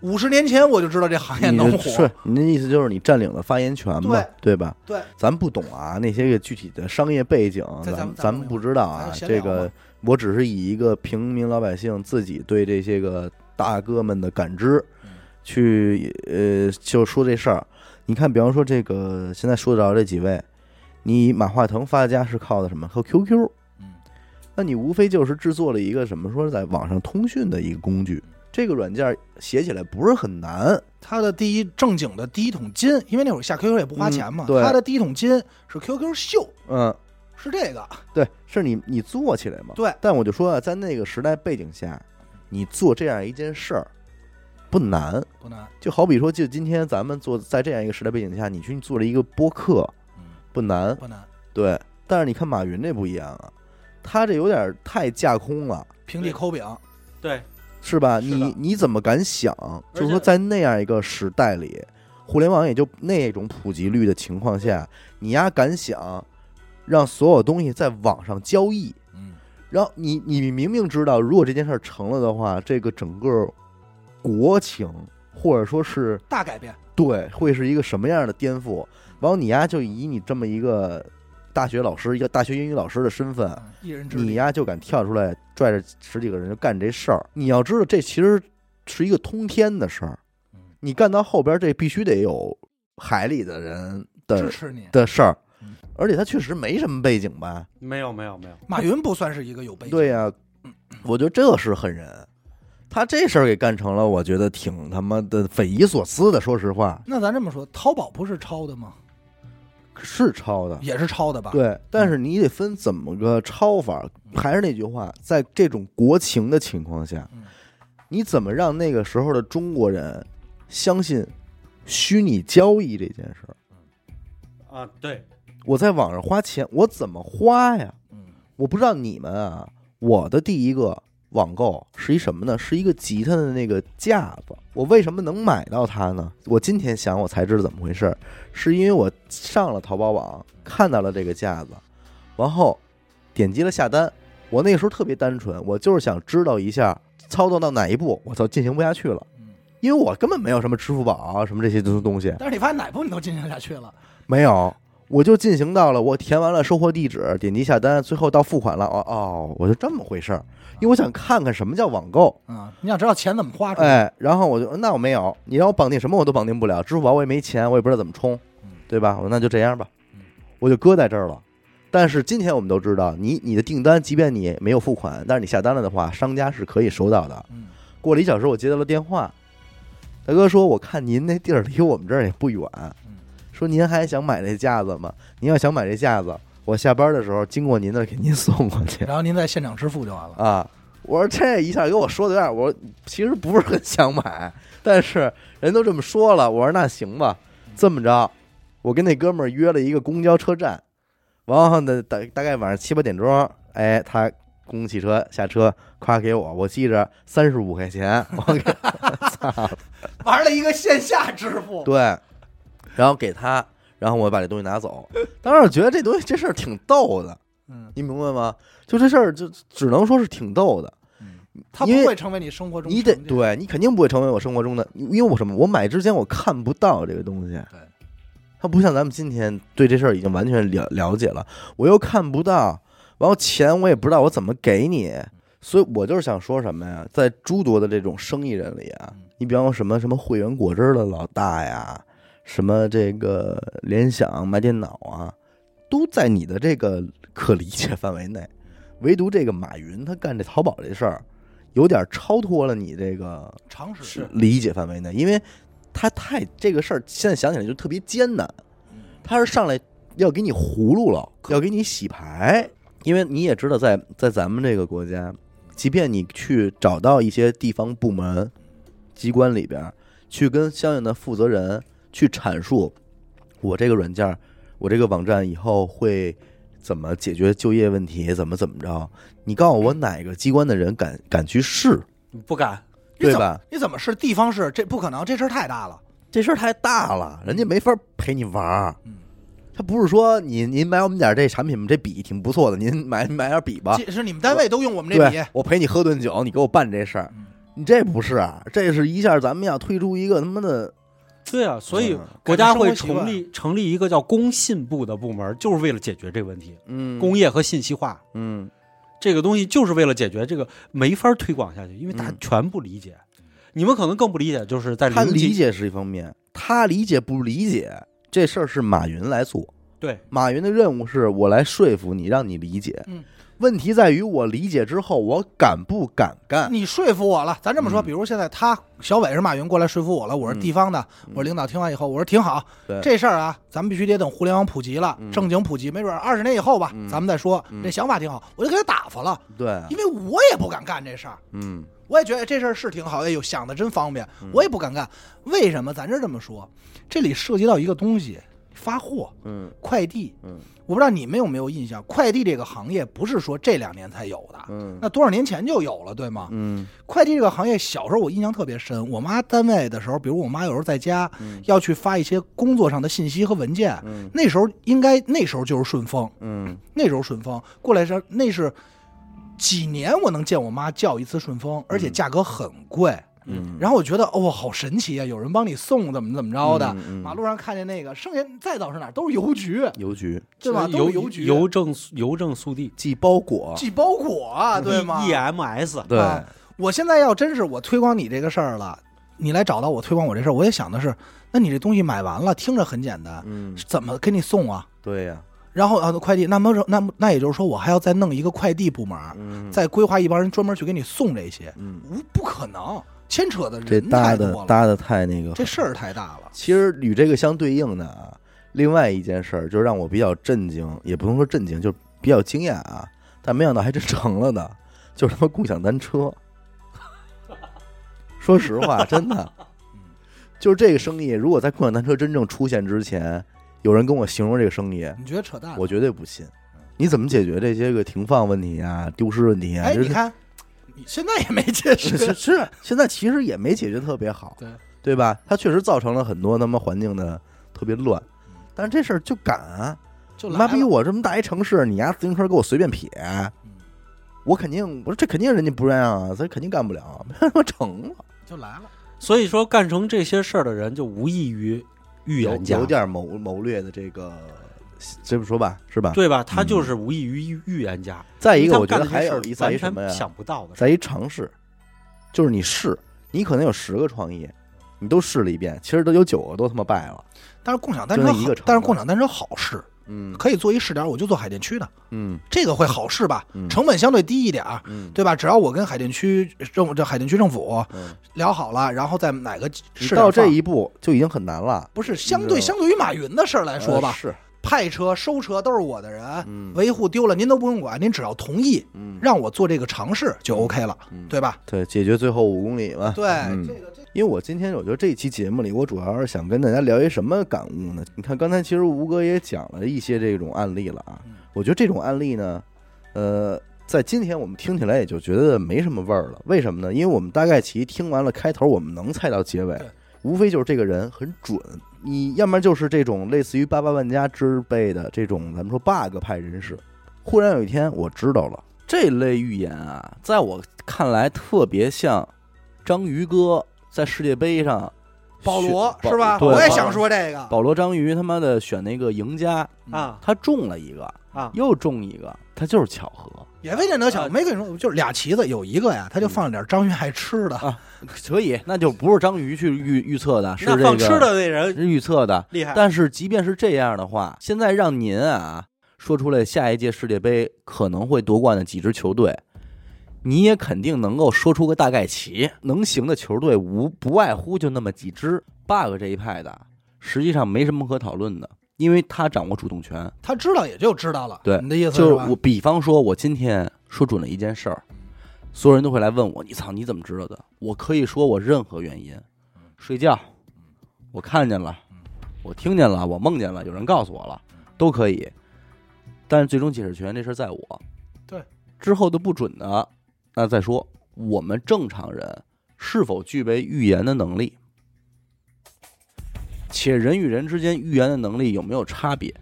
Speaker 2: 五十年前我就知道这行业
Speaker 1: 你
Speaker 2: 能
Speaker 1: 的
Speaker 2: 火
Speaker 1: 是。你的意思就是你占领了发言权嘛，
Speaker 2: 对
Speaker 1: 对吧？
Speaker 2: 对，
Speaker 1: 咱不懂啊，那些个具体的商业背景，
Speaker 2: 在咱
Speaker 1: 咱
Speaker 2: 们
Speaker 1: 咱们不知道
Speaker 2: 咱
Speaker 1: 啊。
Speaker 2: 们闲
Speaker 1: 这
Speaker 2: 聊
Speaker 1: 个
Speaker 2: 嘛
Speaker 1: 我只是以一个平民老百姓自己对这些个大哥们的感知
Speaker 2: 嗯，
Speaker 1: 去呃就说这事儿。你看，比方说这个现在说得着这几位，你马化腾发家是靠的什么？靠 QQ。
Speaker 2: 嗯，
Speaker 1: 那你无非就是制作了一个什么说在网上通讯的一个工具，这个软件写起来不是很难。
Speaker 2: 他的第一正经的第一桶金，因为那会儿下 QQ 也不花钱嘛，
Speaker 1: 嗯对
Speaker 2: 他的第一桶金是 QQ 秀，
Speaker 1: 嗯，
Speaker 2: 是这个，
Speaker 1: 对，是你你做起来嘛。
Speaker 2: 对，
Speaker 1: 但我就说啊，在那个时代背景下，你做这样一件事儿不难，
Speaker 2: 不难，
Speaker 1: 就好比说，就今天咱们做在这样一个时代背景下，你去做了一个播客
Speaker 2: 嗯，
Speaker 1: 不难，
Speaker 2: 不难，
Speaker 1: 对。但是你看马云这不一样啊，他这有点太架空了，
Speaker 2: 平地抠饼，
Speaker 3: 对，
Speaker 1: 是吧？
Speaker 3: 是的
Speaker 1: 你你怎么敢想，
Speaker 3: 且
Speaker 1: 就是说在那样一个时代里，互联网也就那种普及率的情况下，你丫敢想让所有东西在网上交易？
Speaker 2: 嗯，
Speaker 1: 然后你你明明知道，如果这件事儿成了的话，这个整个国情或者说是
Speaker 2: 大改变，
Speaker 1: 对会是一个什么样的颠覆，然后你呀就以你这么一个大学老师，一个大学英语老师的身份，
Speaker 2: 嗯一人之
Speaker 1: 啊你
Speaker 2: 力，
Speaker 1: 呀就敢跳出来拽着十几个人就干这事儿。你要知道，这其实是一个通天的事儿
Speaker 2: 嗯，
Speaker 1: 你干到后边儿这必须得有海里的人
Speaker 2: 支
Speaker 1: 的
Speaker 2: 持你。
Speaker 1: 的事儿
Speaker 2: 嗯，
Speaker 1: 而且他确实没什么背景吧？
Speaker 3: 没有没有没有，
Speaker 2: 马云不算是一个有背景，
Speaker 1: 对呀、我觉得这是狠人，他这事儿给干成了，我觉得挺他妈的匪夷所思的。说实话，
Speaker 2: 那咱这么说，淘宝不是抄的吗？
Speaker 1: 是抄的，
Speaker 2: 也是抄的吧？，
Speaker 1: 对，但是你得分怎么个抄法。还是那句话，在这种国情的情况下
Speaker 2: 嗯，
Speaker 1: 你怎么让那个时候的中国人相信虚拟交易这件事儿？
Speaker 3: 啊，对，
Speaker 1: 我在网上花钱，我怎么花呀？
Speaker 2: 嗯，
Speaker 1: 我不知道你们啊，我的第一个网购是一什么呢？是一个吉他的那个架子。我为什么能买到它呢？我今天想，我才知道怎么回事儿，是因为我上了淘宝网，看到了这个架子，然后点击了下单。我那个时候特别单纯，我就是想知道一下操作到哪一步，我操进行不下去了
Speaker 2: 嗯，
Speaker 1: 因为我根本没有什么支付宝啊什么这些东东西，
Speaker 2: 但是你发现哪部分都进行下去了，
Speaker 1: 没有，我就进行到了，我填完了收货地址，点击下单，最后到付款了。哦哦，我就这么回事儿，因为我想看看什么叫网购。
Speaker 2: 啊、你想知道钱怎么花出去？
Speaker 1: 哎，然后我就那我没有，你让我绑定什么我都绑定不了，支付宝我也没钱，我也不知道怎么充
Speaker 2: 嗯，
Speaker 1: 对吧？我说那就这样吧
Speaker 2: 嗯，
Speaker 1: 我就搁在这儿了。但是今天我们都知道，你你的订单，即便你没有付款，但是你下单了的话，商家是可以收到的。
Speaker 2: 嗯，
Speaker 1: 过了一小时，我接到了电话，大哥说：“我看您那地儿离我们这儿也不远，说您还想买这架子吗？您要想买这架子，我下班的时候经过您那儿给您送过去
Speaker 2: 然后您在现场支付就完了。
Speaker 1: 啊。”我说这一下给我说的有点，我说其实不是很想买，但是人都这么说了，我说那行吧，这么着，我跟那哥们儿约了一个公交车站，然后呢大大概晚上七八点钟，哎，他公共汽车下车，夸给我，我记着三十五块钱，我给
Speaker 2: 玩了一个线下支付，
Speaker 1: 对，然后给他，然后我把这东西拿走。当时我觉得这东西这事儿挺逗的，
Speaker 2: 嗯
Speaker 1: 你明白吗？就这事儿就只能说是挺逗的
Speaker 2: 嗯。他不
Speaker 1: 因为
Speaker 2: 会成为你生活中
Speaker 1: 你得
Speaker 2: 常见
Speaker 1: 对你肯定不会成为我生活中的，因为我什么？我买之前我看不到这个东西，
Speaker 2: 对，
Speaker 1: 它不像咱们今天对这事儿已经完全了了解了，我又看不到，然后钱我也不知道我怎么给你，所以我就是想说什么呀，在诸多的这种生意人里啊
Speaker 2: 嗯，
Speaker 1: 你比方说什么什么汇源果汁的老大呀，什么这个联想卖电脑啊，都在你的这个可理解范围内，唯独这个马云他干这淘宝这事儿。有点超脱了你这个
Speaker 2: 常识
Speaker 3: 是
Speaker 1: 理解范围内，因为他太这个事儿现在想起来就特别艰难，他是上来要给你葫芦了，要给你洗牌，因为你也知道在，在咱们这个国家，即便你去找到一些地方部门、机关里边儿去跟相应的负责人去阐述，我这个软件儿，我这个网站以后会怎么解决就业问题，怎么怎么着，你告诉我哪个机关的人敢敢去试，
Speaker 3: 不敢。
Speaker 2: 你
Speaker 1: 对
Speaker 2: 怎么
Speaker 1: 吧？
Speaker 2: 你怎么是地方市？这不可能，这事儿太大了。
Speaker 1: 这事儿太大了，人家没法陪你玩儿
Speaker 2: 嗯。
Speaker 1: 他不是说你您买我们点儿这产品，这笔挺不错的，您买 买点儿笔吧。
Speaker 2: 这是你们单位都用我们这笔
Speaker 1: 啊对，，我陪你喝顿酒，你给我办这事儿
Speaker 2: 嗯，
Speaker 1: 你这不是啊？这是一下咱们要推出一个他妈的，
Speaker 3: 对啊，所以
Speaker 1: 嗯
Speaker 3: 国家会
Speaker 2: 改变生活习惯
Speaker 3: 成立成立一个叫工信部的部门，就是为了解决这个问题。
Speaker 1: 嗯
Speaker 3: 工业和信息化
Speaker 1: 嗯
Speaker 3: 这个东西，就是为了解决这个没法推广下去，因为大家
Speaker 1: 嗯
Speaker 3: 全不理解。你们可能更不理解，就是在
Speaker 1: 他
Speaker 3: 零
Speaker 1: 理
Speaker 3: 级
Speaker 1: 解是一方面，他理解不理解这事儿是马云来做。
Speaker 3: 对
Speaker 1: 马云的任务是我来说服你，让你理解。
Speaker 2: 嗯
Speaker 1: 问题在于我理解之后，我敢不敢干？
Speaker 2: 你说服我了。咱这么说，
Speaker 1: 嗯
Speaker 2: 比如现在他小伟是马云过来说服我了，我是地方的，
Speaker 1: 嗯
Speaker 2: 我是领导。听完以后，我说挺好，
Speaker 1: 对
Speaker 2: 这事儿啊，咱们必须得等互联网普及了，
Speaker 1: 嗯
Speaker 2: 正经普及，没准二十年以后吧，
Speaker 1: 嗯
Speaker 2: 咱们再说。
Speaker 1: 嗯
Speaker 2: 这想法挺好，我就给他打发了，
Speaker 1: 对，
Speaker 2: 因为我也不敢干这事儿。
Speaker 1: 嗯
Speaker 2: 我也觉得这事儿是挺好，哎呦，想的真方便，我也不敢干。为什么？咱是这么说，这里涉及到一个东西，发货、
Speaker 1: 嗯
Speaker 2: 快递。
Speaker 1: 嗯
Speaker 2: 我不知道你们有没有印象，快递这个行业不是说这两年才有的，
Speaker 1: 嗯
Speaker 2: 那多少年前就有了，对吗？
Speaker 1: 嗯
Speaker 2: 快递这个行业，小时候我印象特别深。我妈单位的时候，比如我妈有时候在家
Speaker 1: 嗯
Speaker 2: 要去发一些工作上的信息和文件，
Speaker 1: 嗯
Speaker 2: 那时候应该那时候就是顺丰，
Speaker 1: 嗯
Speaker 2: 那时候顺丰过来是那是几年我能见我妈叫一次顺丰，而且价格很贵。
Speaker 1: 嗯，
Speaker 2: 然后我觉得哦，好神奇啊，有人帮你送，怎么怎么着的。
Speaker 1: 嗯嗯
Speaker 2: 马路上看见那个，剩下再早是哪儿都是邮局，
Speaker 1: 邮局
Speaker 2: 对吧？
Speaker 3: 邮
Speaker 2: 都是邮局
Speaker 3: 邮政邮政速递
Speaker 1: 寄包裹，
Speaker 2: 寄包裹啊，对吗？
Speaker 3: E ，EMS
Speaker 1: 对
Speaker 2: 啊我现在要真是我推广你这个事儿了，你来找到我推广我这事儿，我也想的是，那你这东西买完了，听着很简单，
Speaker 1: 嗯，
Speaker 2: 怎么给你送啊？
Speaker 1: 对呀，
Speaker 2: 然后啊，快递，那么那么那也就是说，我还要再弄一个快递部门，
Speaker 1: 嗯，
Speaker 2: 再规划一帮人专门去给你送这些，
Speaker 1: 嗯，
Speaker 2: 无不可能，牵扯的
Speaker 1: 这
Speaker 2: 人
Speaker 1: 搭
Speaker 2: 太多
Speaker 1: 的
Speaker 2: 了，
Speaker 1: 搭的太那个，
Speaker 2: 这事儿太大了。
Speaker 1: 其实与这个相对应的啊，另外一件事儿就让我比较震惊，也不能说震惊，就比较惊讶啊，但没想到还真成了呢， 就是他妈共享单车。 说实 话，真的，就是这个生意，如果在共享单车真正出现之前，有人跟我形容这个生意，
Speaker 2: 你觉得扯淡？
Speaker 1: 我绝对不信。你怎么解决这些个停放问题啊、丢失问题啊？
Speaker 2: 哎，
Speaker 1: 就
Speaker 2: 你
Speaker 1: 是
Speaker 2: 看，你现在也没解
Speaker 1: 是是
Speaker 2: 释，
Speaker 1: 是，现在其实也没解决特别好，
Speaker 2: 对
Speaker 1: 对吧？它确实造成了很多他妈环境的特别乱，
Speaker 3: 嗯
Speaker 1: 但是这事儿就敢啊，
Speaker 2: 就
Speaker 1: 妈
Speaker 2: 来
Speaker 1: 逼
Speaker 2: 了。
Speaker 1: 我这么大一城市，你丫自行车给我随便撇，
Speaker 3: 嗯
Speaker 1: 我肯定我说这肯定人家不让啊，咱肯定干不了，他妈成了，
Speaker 2: 就来了，
Speaker 3: 所以说，干成这些事儿的人就无异于预
Speaker 1: 有
Speaker 3: 言家，
Speaker 1: 有点谋谋略的这个，这么说吧，是吧？
Speaker 3: 对吧？他就是无异于预预言家。
Speaker 1: 嗯再一个，
Speaker 3: 他们
Speaker 1: 我觉得
Speaker 3: 干的
Speaker 1: 还
Speaker 3: 这事
Speaker 1: 有
Speaker 3: 儿
Speaker 1: 一在于
Speaker 3: 完
Speaker 1: 什么
Speaker 3: 全
Speaker 1: 呀？
Speaker 3: 想不到的事儿，
Speaker 1: 在于尝试，就是你试，你可能有十个创意，你都试了一遍，其实都有九个都他妈败了。
Speaker 2: 但是共享单
Speaker 1: 就
Speaker 2: 车
Speaker 1: 那一
Speaker 2: 好
Speaker 1: 个城，
Speaker 2: 但是
Speaker 1: 市
Speaker 2: 共享单车好试，
Speaker 1: 嗯
Speaker 2: 可以做一试点，我就做海淀区的，
Speaker 1: 嗯
Speaker 2: 这个会好试吧？
Speaker 1: 嗯
Speaker 2: 成本相对低一点儿，
Speaker 1: 嗯，
Speaker 2: 对吧？只要我跟海淀区政这海淀区政府
Speaker 1: 嗯
Speaker 2: 聊好了，然后在哪个
Speaker 1: 你
Speaker 2: 市
Speaker 1: 到
Speaker 2: 场
Speaker 1: 这
Speaker 2: 放
Speaker 1: 一步就已经很难了。
Speaker 2: 不是相
Speaker 1: 你知
Speaker 2: 对
Speaker 1: 道
Speaker 2: 相对于马云的事儿来说
Speaker 1: 呃
Speaker 2: 吧，
Speaker 1: 是，
Speaker 2: 派车、收车都是我的人，
Speaker 1: 嗯
Speaker 2: 维护丢了您都不用管，您只要同意
Speaker 1: 嗯
Speaker 2: 让我做这个尝试就 OK 了，
Speaker 1: 嗯
Speaker 2: 对吧？
Speaker 1: 对，解决最后五公里嘛。
Speaker 2: 对，
Speaker 1: 嗯
Speaker 2: 这个这
Speaker 1: 因为我今天我觉得这一期节目里，我主要是想跟大家聊一什么感悟呢？你看刚才其实吴哥也讲了一些这种案例了啊
Speaker 2: 嗯，
Speaker 1: 我觉得这种案例呢，呃，在今天我们听起来也就觉得没什么味儿了。为什么呢？因为我们大概其听完了开头，我们能猜到结尾
Speaker 2: 对，
Speaker 1: 无非就是这个人很准。你要么就是这种类似于八八万家之辈的这种咱们说 bug 派人士，忽然有一天我知道了这类预言啊，在我看来特别像章鱼哥在世界杯上选，
Speaker 2: 保罗是吧？
Speaker 1: 对
Speaker 2: 我也
Speaker 1: 保
Speaker 2: 想说这个，
Speaker 1: 保罗章鱼他妈的选那个赢家，
Speaker 2: 嗯
Speaker 3: 啊
Speaker 1: 他中了一个
Speaker 3: 啊
Speaker 1: 又中一个，他就是巧合，
Speaker 2: 也未见得巧，
Speaker 3: 啊
Speaker 2: 没跟你说，就是俩旗子有一个
Speaker 1: 嗯
Speaker 2: 呀，他就放了点章鱼爱吃 的，
Speaker 1: 啊所以那就不是章鱼去预预测的，是哎
Speaker 3: 那
Speaker 1: 这
Speaker 3: 放吃
Speaker 1: 个
Speaker 3: 的那人
Speaker 1: 是预测的。
Speaker 3: 厉害，
Speaker 1: 但是即便是这样的话，现在让您啊说出来下一届世界杯可能会夺冠的几支球队，你也肯定能够说出个大概齐。能行的球队无不外乎就那么几支，bug 这一派的实际上没什么可讨论的，因为他掌握主动权。
Speaker 2: 他知道也就知道了。
Speaker 1: 对
Speaker 2: 你的意思
Speaker 1: 就是
Speaker 2: 吧
Speaker 1: 我比方说，我今天说准了一件事儿，所有人都会来问我：“你操，你怎么知道的？”我可以说我任何原因，睡觉，我看见了，我听见了，我梦见了，有人告诉我了，都可以。但是最终解释权这事儿在我，
Speaker 2: 对，
Speaker 1: 之后的不准的，那再说。我们正常人是否具备预言的能力，且人与人之间预言的能力有没有差别？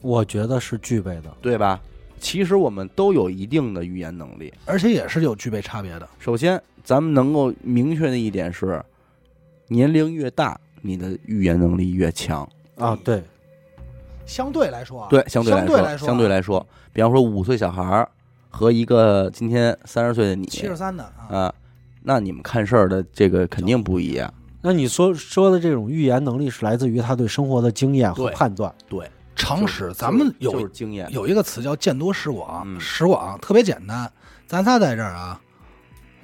Speaker 3: 我觉得是具备的。
Speaker 1: 对吧？其实我们都有一定的预言能力。
Speaker 2: 而且也是有具备差别的。
Speaker 1: 首先，咱们能够明确的一点是，年龄越大，你的预言能力越强。
Speaker 3: 啊，对，
Speaker 2: 相对来说啊，
Speaker 1: 对，相对来
Speaker 2: 相对
Speaker 1: 说，
Speaker 2: 来说啊，
Speaker 1: 相对来说，比方说五岁小孩儿和一个今天三十岁的你，
Speaker 2: 七十三的啊，
Speaker 1: 啊，那你们看事儿的这个肯定不一样。
Speaker 3: 那你说说的这种预言能力是来自于他对嗯生活的经验和
Speaker 1: 对
Speaker 3: 判断。
Speaker 1: 对，
Speaker 2: 常
Speaker 1: 就是
Speaker 2: 识。咱们有
Speaker 1: 就是经验，
Speaker 2: 有一个词叫见多识广，
Speaker 1: 嗯
Speaker 2: 识广特别简单。咱仨在这儿啊，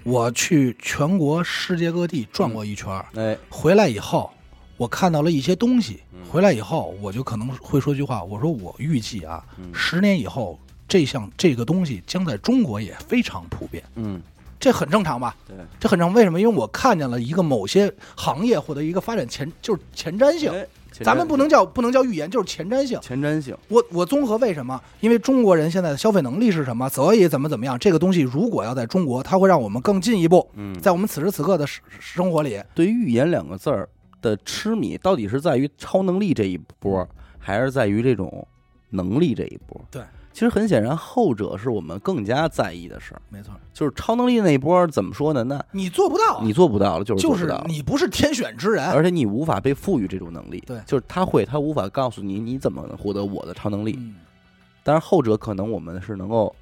Speaker 2: 我去全国、世界各地转过一圈儿，
Speaker 1: 哎，
Speaker 2: 回来以后，我看到了一些东西。
Speaker 1: 嗯
Speaker 2: 回来以后，我就可能会说句话，我说我预计啊，
Speaker 1: 嗯
Speaker 2: 十年以后，这项这个东西将在中国也非常普遍。
Speaker 1: 嗯，
Speaker 2: 这很正常吧？
Speaker 1: 对，
Speaker 2: 这很正常。为什么？因为我看见了一个某些行业获得一个发展前，就是前瞻性。
Speaker 1: 哎
Speaker 2: 咱们不能叫不能叫预言，就是前瞻性。
Speaker 1: 前瞻性，
Speaker 2: 我我综合为什么？因为中国人现在的消费能力是什么，所以怎么怎么样。这个东西如果要在中国，它会让我们更进一步，
Speaker 1: 嗯，
Speaker 2: 在我们此时此刻的生生活里，
Speaker 1: 对于“预言”两个字儿的痴迷，到底是在于超能力这一波，还是在于这种能力这一波？
Speaker 2: 嗯对，
Speaker 1: 其实很显然，后者是我们更加在意的事儿。
Speaker 2: 没错，
Speaker 1: 就是超能力那一波，怎么说呢？那
Speaker 2: 你做不到啊，
Speaker 1: 你做不到了，就是
Speaker 2: 就
Speaker 1: 做不
Speaker 2: 是
Speaker 1: 到了。
Speaker 2: 你不是天选之人。
Speaker 1: 而且你无法被赋予这种能力，
Speaker 2: 对
Speaker 1: 就是他会，他无法告诉你你怎么获得我的超能力。
Speaker 2: 嗯，
Speaker 1: 但是后者可能我们是能够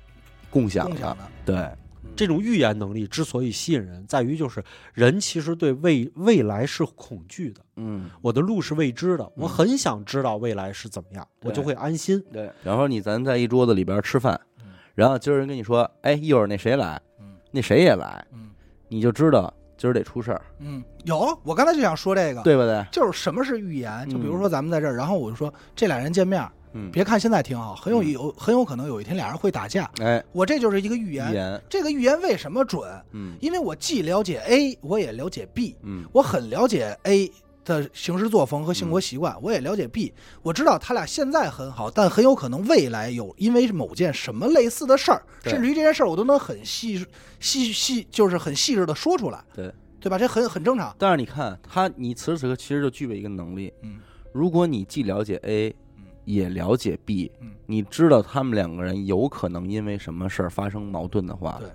Speaker 1: 共享
Speaker 2: 共
Speaker 1: 的，
Speaker 2: 享的，
Speaker 1: 对，
Speaker 3: 这种预言能力之所以吸引人，在于就是人其实对未未来是恐惧的，
Speaker 1: 嗯，
Speaker 3: 我的路是未知的，我嗯很想知道未来是怎么样，
Speaker 1: 对
Speaker 3: 我就会安心。
Speaker 1: 对。比方说你咱在一桌子里边吃饭
Speaker 2: 嗯，
Speaker 1: 然后今儿人跟你说，哎，一会儿那谁来
Speaker 2: 嗯，
Speaker 1: 那谁也来，
Speaker 2: 嗯
Speaker 1: 你就知道今儿得出事儿，
Speaker 2: 嗯，有，我刚才就想说这个，
Speaker 1: 对不对？
Speaker 2: 就是什么是预言？就比如
Speaker 1: 嗯
Speaker 2: 说咱们在这儿，然后我就说这俩人见面，
Speaker 1: 嗯，
Speaker 2: 别看现在挺好，很有
Speaker 1: 嗯
Speaker 2: 有很有可能有一天俩人会打架，
Speaker 1: 哎，
Speaker 2: 我这就是一个预
Speaker 1: 一
Speaker 2: 言。
Speaker 1: 言，
Speaker 2: 这个预言为什么准？
Speaker 1: 嗯
Speaker 2: 因为我既了解 A，我也了解 B，
Speaker 1: 嗯
Speaker 2: 我很了解 A 的行事作风和性格习惯，我也了解 B，我知道他俩现在很好，但很有可能未来有因为某件什么类似的事儿，
Speaker 1: 对
Speaker 2: 甚至于这件事儿我都能很细细细，就是很细致的说出来，
Speaker 1: 对。
Speaker 2: 对吧？这很很正常。
Speaker 1: 但是你看他，你此时此刻其实就具备一个能力，
Speaker 2: 嗯，
Speaker 1: 如果你既了解 A，
Speaker 2: 嗯
Speaker 1: 也了解 B，
Speaker 2: 嗯
Speaker 1: 你知道他们两个人有可能因为什么事儿发生矛盾的话
Speaker 2: 对，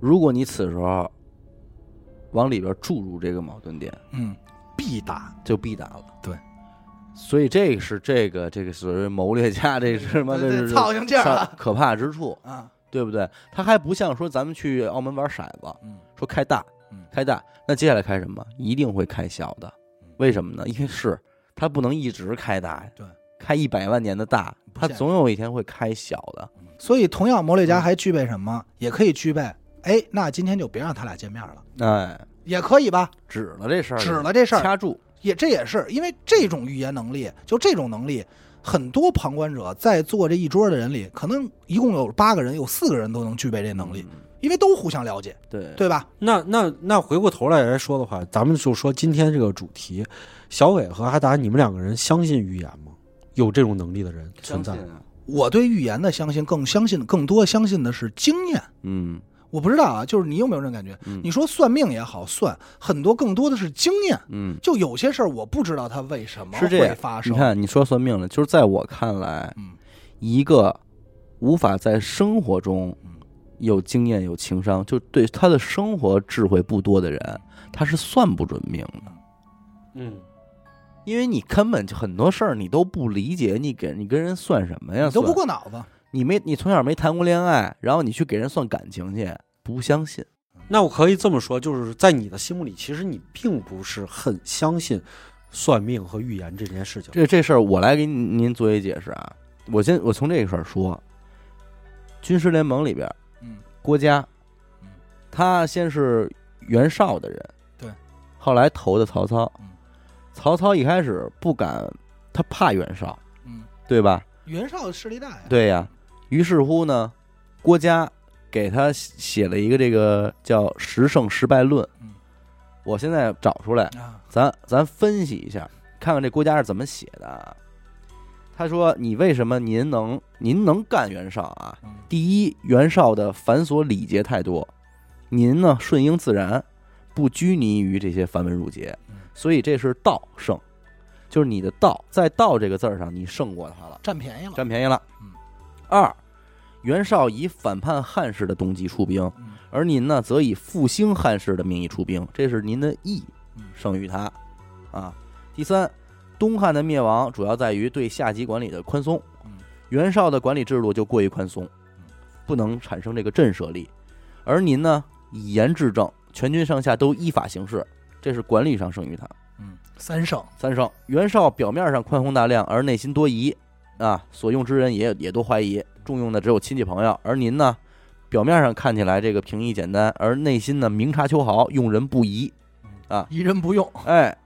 Speaker 1: 如果你此时候往里边注入这个矛盾点，
Speaker 2: 嗯，必打。
Speaker 1: 就必打了。
Speaker 2: 对。
Speaker 1: 所以这个是这个这个所谓谋略家，这是什么？
Speaker 2: 对
Speaker 1: 这
Speaker 2: 对
Speaker 1: 是
Speaker 2: 操性劲儿啊
Speaker 1: 操可怕之处，
Speaker 2: 啊，
Speaker 1: 对不对？他还不像说咱们去澳门玩骰子，
Speaker 2: 嗯
Speaker 1: 说开大
Speaker 2: 嗯，
Speaker 1: 开大，那接下来开什么？一定会开小的
Speaker 2: 嗯，
Speaker 1: 为什么呢？因为是它不能一直开大呀，
Speaker 2: 对，
Speaker 1: 开一百万年的大，
Speaker 2: 不
Speaker 1: 它
Speaker 2: 现实
Speaker 1: 总有一天会开小的，
Speaker 2: 所以同样谋
Speaker 1: 嗯
Speaker 2: 略家还具备什么？也可以具备，哎，那今天就别让他俩见面了，
Speaker 1: 哎，
Speaker 2: 也可以吧？
Speaker 1: 指了这事儿，
Speaker 2: 指了这事儿，
Speaker 1: 掐住，
Speaker 2: 也这也是因为这种预言能力，就这种能力，很多旁观者在坐这一桌的人里，可能一共有八个人，有四个人都能具备这能力，
Speaker 1: 嗯，
Speaker 2: 因为都互相了解，
Speaker 1: 对，
Speaker 2: 对吧？
Speaker 3: 那那那回过头来来说的话，咱们就说今天这个主题，小伟和阿达，你们两个人相信预言吗？有这种能力的人存在
Speaker 1: 相
Speaker 3: 吗
Speaker 1: 信啊
Speaker 2: 我对预言的相信，更相信更多相信的是经验。
Speaker 1: 嗯
Speaker 2: 我不知道啊，就是你有没有这种感觉？
Speaker 1: 嗯
Speaker 2: 你说算命也好算，很多更多的是经验。
Speaker 1: 嗯，
Speaker 2: 就有些事儿我不知道它为什么
Speaker 1: 是这
Speaker 2: 会
Speaker 1: 样
Speaker 2: 发生。
Speaker 1: 你，看你说算命了，就是在我看来，
Speaker 2: 嗯
Speaker 1: 一个无法在生活中
Speaker 2: 嗯
Speaker 1: 有经验、有情商，就对他的生活智慧不多的人，他是算不准命的。
Speaker 3: 嗯，
Speaker 1: 因为你根本就很多事儿你都不理解，你给你跟人算什么呀？
Speaker 2: 你都不
Speaker 1: 算
Speaker 2: 过脑子，
Speaker 1: 你没你从小没谈过恋爱，然后你去给人算感情去，不相信。
Speaker 3: 那我可以这么说，就是在你的心目里，其实你并不是很相信算命和预言这件事情。
Speaker 1: 这这事儿我来给您您做一解释啊。我先我从这个事儿说，军事联盟里边，
Speaker 2: 嗯，
Speaker 1: 郭嘉
Speaker 2: 嗯，
Speaker 1: 他先是袁绍的人，
Speaker 2: 对，
Speaker 1: 后来投的曹操
Speaker 2: 嗯。
Speaker 1: 曹操一开始不敢，他怕袁绍，
Speaker 2: 嗯，
Speaker 1: 对吧？
Speaker 2: 袁绍势力大啊呀，
Speaker 1: 对呀。于是乎呢，郭嘉给他写了一个这个叫《十胜十败论》
Speaker 2: 嗯，
Speaker 1: 我现在找出来，
Speaker 2: 啊，
Speaker 1: 咱咱分析一下，看看这郭嘉是怎么写的啊。他说：“你为什么您能您能干袁绍啊？
Speaker 2: 嗯
Speaker 1: 第一，袁绍的繁琐礼节太多，您呢顺应自然，不拘泥于这些繁文缛节
Speaker 2: 嗯，
Speaker 1: 所以这是道胜，就是你的道在道这个字儿上你胜过他了，
Speaker 2: 占便宜了，
Speaker 1: 占便宜了
Speaker 2: 嗯。
Speaker 1: 二，袁绍以反叛汉室的动机出兵，
Speaker 2: 嗯
Speaker 1: 而您呢，则以复兴汉室的名义出兵，这是您的义
Speaker 2: 嗯
Speaker 1: 胜于他啊。第三，东汉的灭亡主要在于对下级管理的宽松
Speaker 2: 嗯，
Speaker 1: 袁绍的管理制度就过于宽松，不能产生这个震慑力，而您呢，以言治政，全军上下都依法行事，这是管理上胜于他。
Speaker 2: 嗯，三胜，
Speaker 1: 三胜，袁绍表面上宽宏大量，而内心多疑啊，所用之人也也多怀疑，重用的只有亲戚朋友。而您呢，表面上看起来这个平易简单，而内心呢明察秋毫，用人不疑。
Speaker 2: 一人不用，
Speaker 1: 哎，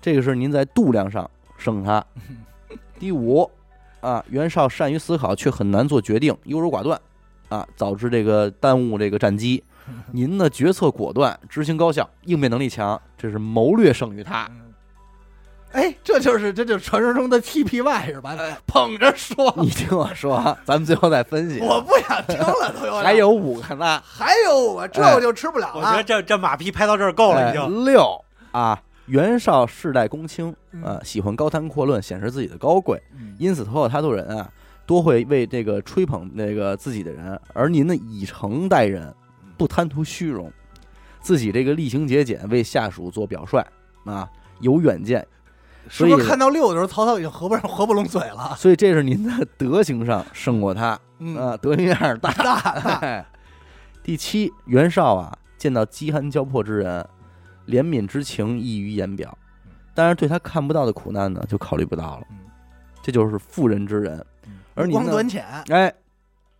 Speaker 1: 这个是您在度量上胜他。第五啊，袁绍善于思考，却很难做决定，优柔寡断啊，导致这个耽误这个战机。您呢，决策果断，执行高效，应变能力强，这是谋略胜于他。
Speaker 2: 嗯哎，这就是这就是传说中的 TPY 是吧？
Speaker 1: 哎
Speaker 2: 捧着 说，
Speaker 1: 你听我说啊，咱们最后再分析。啊
Speaker 2: 我不想听了，都有点
Speaker 1: 还有五个呢，
Speaker 2: 还有我这
Speaker 1: 哎
Speaker 2: 我就吃不了
Speaker 3: 我觉得
Speaker 2: 了。
Speaker 3: 这这马屁拍到这儿够了，
Speaker 1: 哎
Speaker 3: 已经。
Speaker 1: 六啊。袁绍世代公卿，
Speaker 2: 嗯
Speaker 1: 呃，喜欢高谈阔论，显示自己的高贵，
Speaker 2: 嗯
Speaker 1: 因此投靠他的人啊，多会为这个吹捧那个自己的人，而您呢，以诚待人，不贪图虚荣，自己这个厉行节俭，为下属做表率啊，有远见，
Speaker 2: 是
Speaker 1: 所以
Speaker 2: 不是看到六的时候，曹操已经合不上合不拢嘴了？
Speaker 1: 所以这是您的德行上胜过他
Speaker 2: 嗯，
Speaker 1: 啊，德行有点大。
Speaker 2: 大大
Speaker 1: 哎， 第七，袁绍啊，见到饥寒交迫之人，怜悯之情溢于言表，但是对他看不到的苦难呢，就考虑不到了
Speaker 2: 嗯。
Speaker 1: 这就是妇人之仁。而您
Speaker 2: 光
Speaker 1: 呢
Speaker 2: 短浅，
Speaker 1: 哎，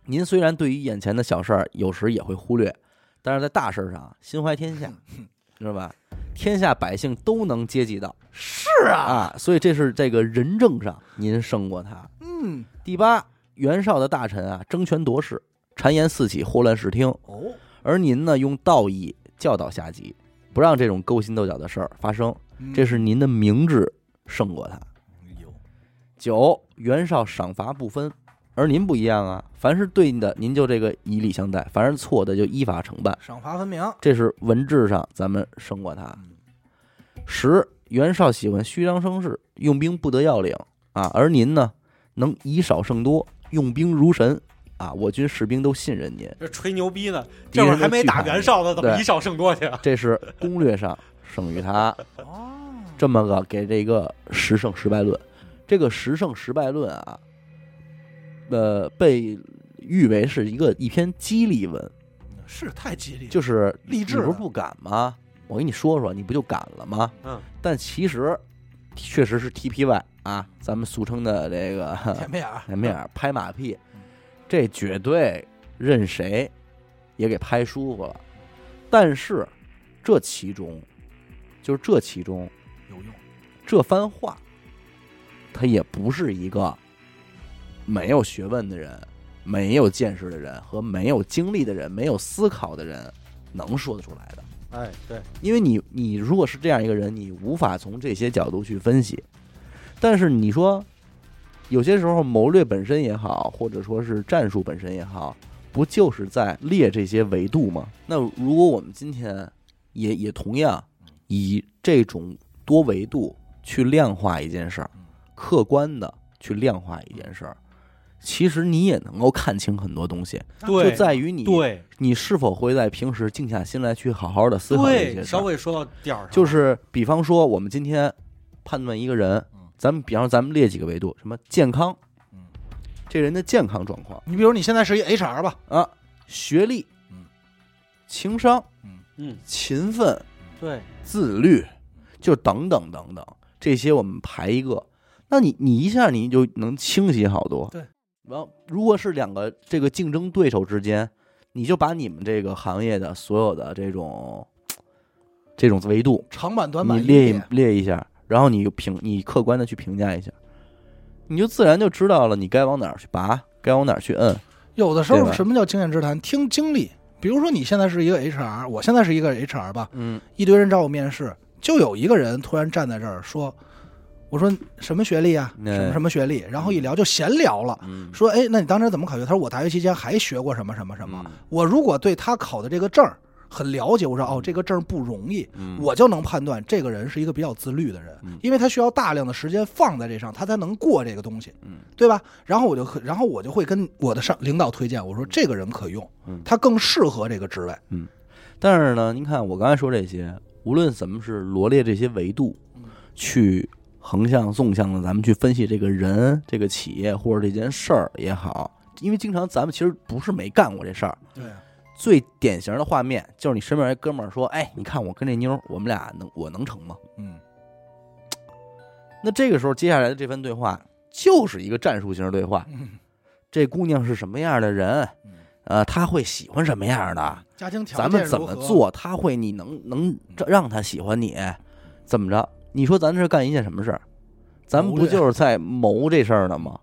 Speaker 1: 您虽然对于眼前的小事儿有时也会忽略，但是在大事儿上心怀天下，
Speaker 2: 嗯
Speaker 1: 是吧？天下百姓都能接济到
Speaker 2: 是啊，
Speaker 1: 啊，所以这是这个仁政上您胜过他。
Speaker 2: 嗯，
Speaker 1: 第八，袁绍的大臣啊，争权夺势，谗言四起，祸乱视听。
Speaker 2: 哦，
Speaker 1: 而您呢，用道义教导下级，不让这种勾心斗角的事儿发生，这是您的明智胜过他。
Speaker 2: 嗯有
Speaker 1: 九，袁绍赏罚不分，而您不一样啊，凡是对的您就这个以礼相待，凡是错的就依法惩办，
Speaker 2: 赏罚分明。
Speaker 1: 这是文治上咱们胜过他。
Speaker 2: 嗯
Speaker 1: 十，袁绍喜欢虚张声势，用兵不得要领啊，而您呢，能以少胜多，用兵如神啊，我军士兵都信任您，
Speaker 3: 这吹牛逼呢，
Speaker 1: 敌
Speaker 3: 这
Speaker 1: 人
Speaker 3: 会儿还
Speaker 1: 都
Speaker 3: 没
Speaker 1: 惧
Speaker 3: 打
Speaker 1: 怕
Speaker 3: 袁
Speaker 1: 你
Speaker 3: 绍呢，怎么
Speaker 1: 对
Speaker 3: 以少胜多去啊？
Speaker 1: 这是攻略上胜于他。
Speaker 2: 哦，
Speaker 1: 这么个给这个十胜十败论，这个十胜十败论啊，呃，被誉为是一个一篇激励文，
Speaker 2: 是太激烈了，
Speaker 1: 就是
Speaker 2: 励志
Speaker 1: 你不
Speaker 2: 的
Speaker 1: 是不敢吗？我跟你说说，你不就敢了吗？
Speaker 3: 嗯，
Speaker 1: 但其实确实是 TPY 啊，咱们俗称的这个
Speaker 2: 前面啊，
Speaker 1: 前面拍马屁
Speaker 2: 嗯，
Speaker 1: 这绝对任谁也给拍舒服了。但是这其中，就是这其中，
Speaker 2: 有用，
Speaker 1: 这番话，他也不是一个没有学问的人、没有见识的人和没有经历的人、没有思考的人能说得出来的。
Speaker 3: 哎，对，
Speaker 1: 因为你，你如果是这样一个人，你无法从这些角度去分析。但是你说，有些时候谋略本身也好，或者说是战术本身也好，不就是在列这些维度吗？那如果我们今天也也同样以这种多维
Speaker 3: 嗯
Speaker 1: 度去量化一件事儿，客观的去量化一件事儿，其实你也能够看清很多东西，就
Speaker 3: 对
Speaker 1: 在于你
Speaker 3: 对
Speaker 1: 你是否会在平时静下心来去好好的思考这
Speaker 3: 对，
Speaker 1: 些事
Speaker 3: 小
Speaker 1: 儿。
Speaker 3: 伟说到点儿上了，
Speaker 1: 就是比方说，我们今天判断一个人
Speaker 2: 嗯，
Speaker 1: 咱们比方说咱们列几个维度，什么健康
Speaker 2: 嗯，
Speaker 1: 这人的健康状况
Speaker 2: 你比如你现在是一 HR 吧，
Speaker 1: 啊，学历
Speaker 2: 嗯，
Speaker 1: 情商，
Speaker 3: 嗯，
Speaker 1: 勤奋，
Speaker 3: 对，
Speaker 1: 自律，
Speaker 2: 嗯
Speaker 1: 就等等等等这些，我们排一个。那你你一下你就能清晰好多。
Speaker 2: 对，
Speaker 1: 然后如果是两个这个竞争对手之间，你就把你们这个行业的所有的这种这种维度，
Speaker 2: 长板短
Speaker 1: 你
Speaker 2: 板一
Speaker 1: 列一
Speaker 2: 列
Speaker 1: 列一下，然后你评你客观的去评价一下，你就自然就知道了你该往哪儿去拔，该往哪儿去摁。
Speaker 2: 有的时
Speaker 1: 对
Speaker 2: 候
Speaker 1: 吧
Speaker 2: 什么叫经验之谈？听经历。比如说你现在是一个 HR，我现在是一个 HR 吧，
Speaker 1: 嗯
Speaker 2: 一堆人找我面试，就有一个人突然站在这儿说：“我说什么学历啊？
Speaker 1: 嗯
Speaker 2: 什么什么学历？”然后一聊就闲聊了，
Speaker 1: 嗯
Speaker 2: 说：“哎，那你当时怎么考学？”他说：“我大学期间还学过什么什么什么。
Speaker 1: 嗯”
Speaker 2: 我如果对他考的这个证儿很了解，我说：“哦，这个证儿不容易。”
Speaker 1: 嗯
Speaker 2: 我就能判断这个人是一个比较自律的人
Speaker 1: 嗯，
Speaker 2: 因为他需要大量的时间放在这上，他才能过这个东西
Speaker 1: 嗯，
Speaker 2: 对吧？然后我就可，然后我就会跟我的上领导推荐，我说这个人可用
Speaker 1: 嗯，
Speaker 2: 他更适合这个职位。
Speaker 1: 但是呢，您看我刚才说这些，无论咱们是罗列这些维度
Speaker 2: 嗯，
Speaker 1: 去横向、纵向的，咱们去分析这个人、这个企业或者这件事儿也好，因为经常咱们其实不是没干过这事儿。
Speaker 2: 对，啊
Speaker 1: 最典型的画面就是你身边一哥们儿说：“哎，你看我跟这妞儿，我们俩能我能成吗
Speaker 2: 嗯，？”
Speaker 1: 那这个时候接下来的这番对话就是一个战术型对话。
Speaker 2: 嗯
Speaker 1: 这姑娘是什么样的人？呃，她会喜欢什么样的？
Speaker 2: 家庭条
Speaker 1: 咱
Speaker 2: 件
Speaker 1: 们怎么
Speaker 2: 如何？嗯
Speaker 1: 做，他会你能能让他喜欢你，怎么着？你说咱这是干一件什么事儿？咱们
Speaker 2: 谋
Speaker 1: 不
Speaker 2: 略
Speaker 1: 就是在谋这事儿呢吗？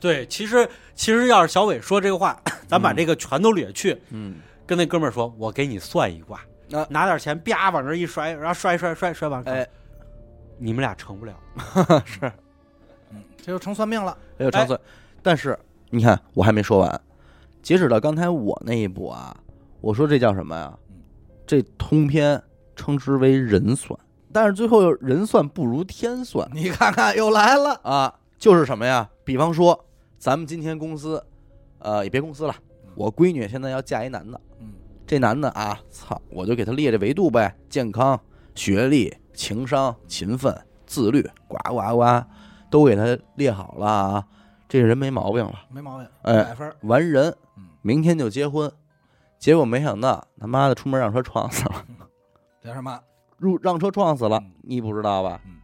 Speaker 3: 对，其实其实要是小伟说这个话，咱把这个全都捋去，
Speaker 1: 嗯，
Speaker 3: 跟那哥们儿说，我给你算一卦，
Speaker 1: 啊
Speaker 3: 拿点钱啪往这一甩，然后摔摔摔摔完，
Speaker 1: 哎，
Speaker 3: 你们俩成不了。
Speaker 2: 嗯这就成算命了。
Speaker 1: 没有长算。但是你看，我还没说完，截止到刚才我那一步啊，我说这叫什么呀
Speaker 2: 嗯？
Speaker 1: 这通篇称之为人算，但是最后人算不如天算
Speaker 2: 你看看，又来了。
Speaker 1: 啊，就是什么呀？比方说，咱们今天公司，呃，也别公司了，我闺女现在要嫁一男的。
Speaker 2: 嗯，
Speaker 1: 这男的啊，操，我就给他列这维度呗：健康、学历、情商、勤奋、自律，呱呱呱，都给他列好了啊。这人没毛病了，
Speaker 2: 没毛病，
Speaker 1: 哎
Speaker 2: 百分儿。
Speaker 1: 完人
Speaker 2: 嗯，
Speaker 1: 明天就结婚。结果没想到他妈的出门让车撞死了，
Speaker 2: 叫什么？
Speaker 1: 入让车撞死了
Speaker 2: 嗯，
Speaker 1: 你不知道吧
Speaker 2: 嗯？啊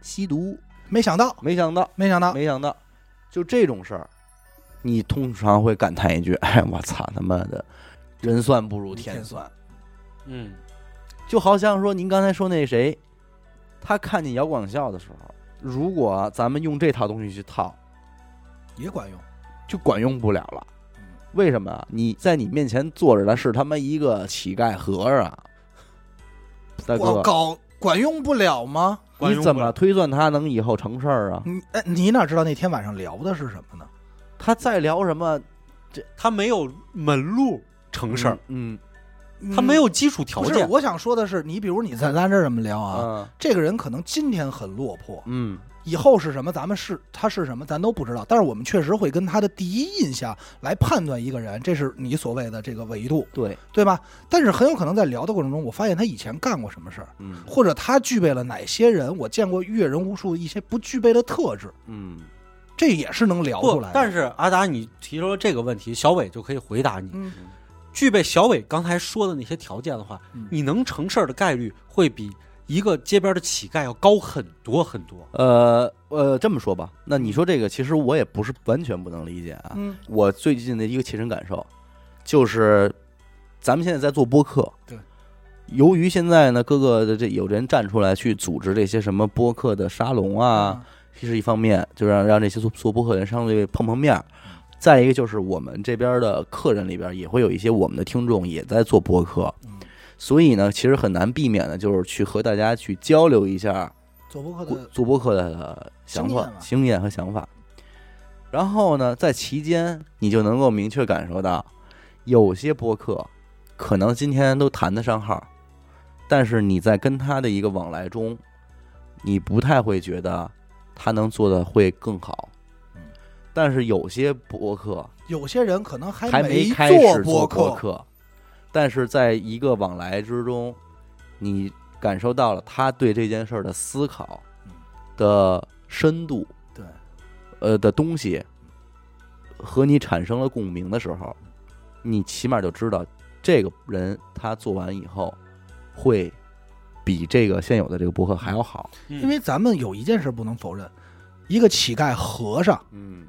Speaker 1: 吸毒，
Speaker 2: 没想到，
Speaker 1: 没想到，
Speaker 2: 没想到，
Speaker 1: 没想到，就这种事儿，你通常会感叹一句：“哎，我操他妈的，人算不如天
Speaker 2: 天
Speaker 1: 算。”
Speaker 3: 嗯，
Speaker 1: 就好像说您刚才说那谁，他看见姚广孝的时候，如果咱们用这套东西去套，
Speaker 2: 也管用。
Speaker 1: 就管用不了了
Speaker 2: 嗯。
Speaker 1: 为什么啊？你在你面前坐着的是他妈一个乞丐和尚啊，
Speaker 3: 哎
Speaker 1: 大
Speaker 2: 我
Speaker 1: 哥，
Speaker 2: 搞管用不了吗？
Speaker 3: 管
Speaker 1: 你
Speaker 3: 用
Speaker 1: 怎
Speaker 3: 不
Speaker 1: 么
Speaker 3: 了
Speaker 1: 推算他能以后成事儿啊？
Speaker 2: 你哎，你哪知道那天晚上聊的是什么呢？
Speaker 1: 他再聊什么
Speaker 3: 他没有门路成事儿，，
Speaker 1: 嗯
Speaker 3: 他没有基础条
Speaker 2: 嗯不是，
Speaker 3: 件。嗯
Speaker 2: 我想说的是，你比如你在咱这儿这么聊啊，
Speaker 1: 啊
Speaker 2: 这个人可能今天很落魄，
Speaker 1: 嗯
Speaker 2: 以后是什么，咱们是他是什么，咱都不知道。但是我们确实会跟他的第一印象来判断一个人，这是你所谓的这个维度，
Speaker 1: 对
Speaker 2: 对吧？但是很有可能在聊的过程中，我发现他以前干过什么事儿，
Speaker 1: 嗯
Speaker 2: 或者他具备了哪些人我见过阅人无数一些不具备的特质，
Speaker 1: 嗯
Speaker 2: 这也是能聊出
Speaker 3: 不
Speaker 2: 来，的。
Speaker 3: 但是阿达，你提出了这个问题，小伟就可以回答你。
Speaker 2: 嗯，
Speaker 3: 具备小伟刚才说的那些条件的话，
Speaker 2: 嗯
Speaker 3: 你能成事儿的概率会比一个街边的乞丐要高很多很多。
Speaker 1: 呃呃这么说吧，那你说这个其实我也不是完全不能理解啊，
Speaker 2: 嗯，
Speaker 1: 我最近的一个切身感受，就是咱们现在在做播客，
Speaker 2: 对。
Speaker 1: 由于现在呢，各个的这有人站出来去组织这些什么播客的沙龙
Speaker 2: 嗯
Speaker 1: 啊，这是一方面，就让让这些做做播客的人相对碰碰面儿。再一个就是我们这边的客人里边也会有一些我们的听众也在做播客，
Speaker 2: 嗯，
Speaker 1: 所以呢，其实很难避免的就是去和大家去交流一下
Speaker 2: 做播客
Speaker 1: 过
Speaker 2: 的
Speaker 1: 做播客的想
Speaker 2: 经
Speaker 1: 法
Speaker 2: 验吧、
Speaker 1: 经验和想法。然后呢，在期间你就能够明确感受到，有些播客可能今天都谈得上号，但是你在跟他的一个往来中，你不太会觉得他能做的会更好
Speaker 2: 嗯。
Speaker 1: 但是有些博客
Speaker 2: 有些人可能还
Speaker 1: 还
Speaker 2: 没
Speaker 1: 开始
Speaker 2: 播
Speaker 1: 博客，但是在一个往来之中，你感受到了他对这件事儿的思考
Speaker 2: 嗯
Speaker 1: 的深度，
Speaker 2: 对，
Speaker 1: 呃的东西和你产生了共鸣的时候，你起码就知道这个人他做完以后会比这个现有的这个博客还要好。
Speaker 3: 因
Speaker 2: 因为咱们有一件事不能否认，一个乞丐和尚
Speaker 1: 嗯，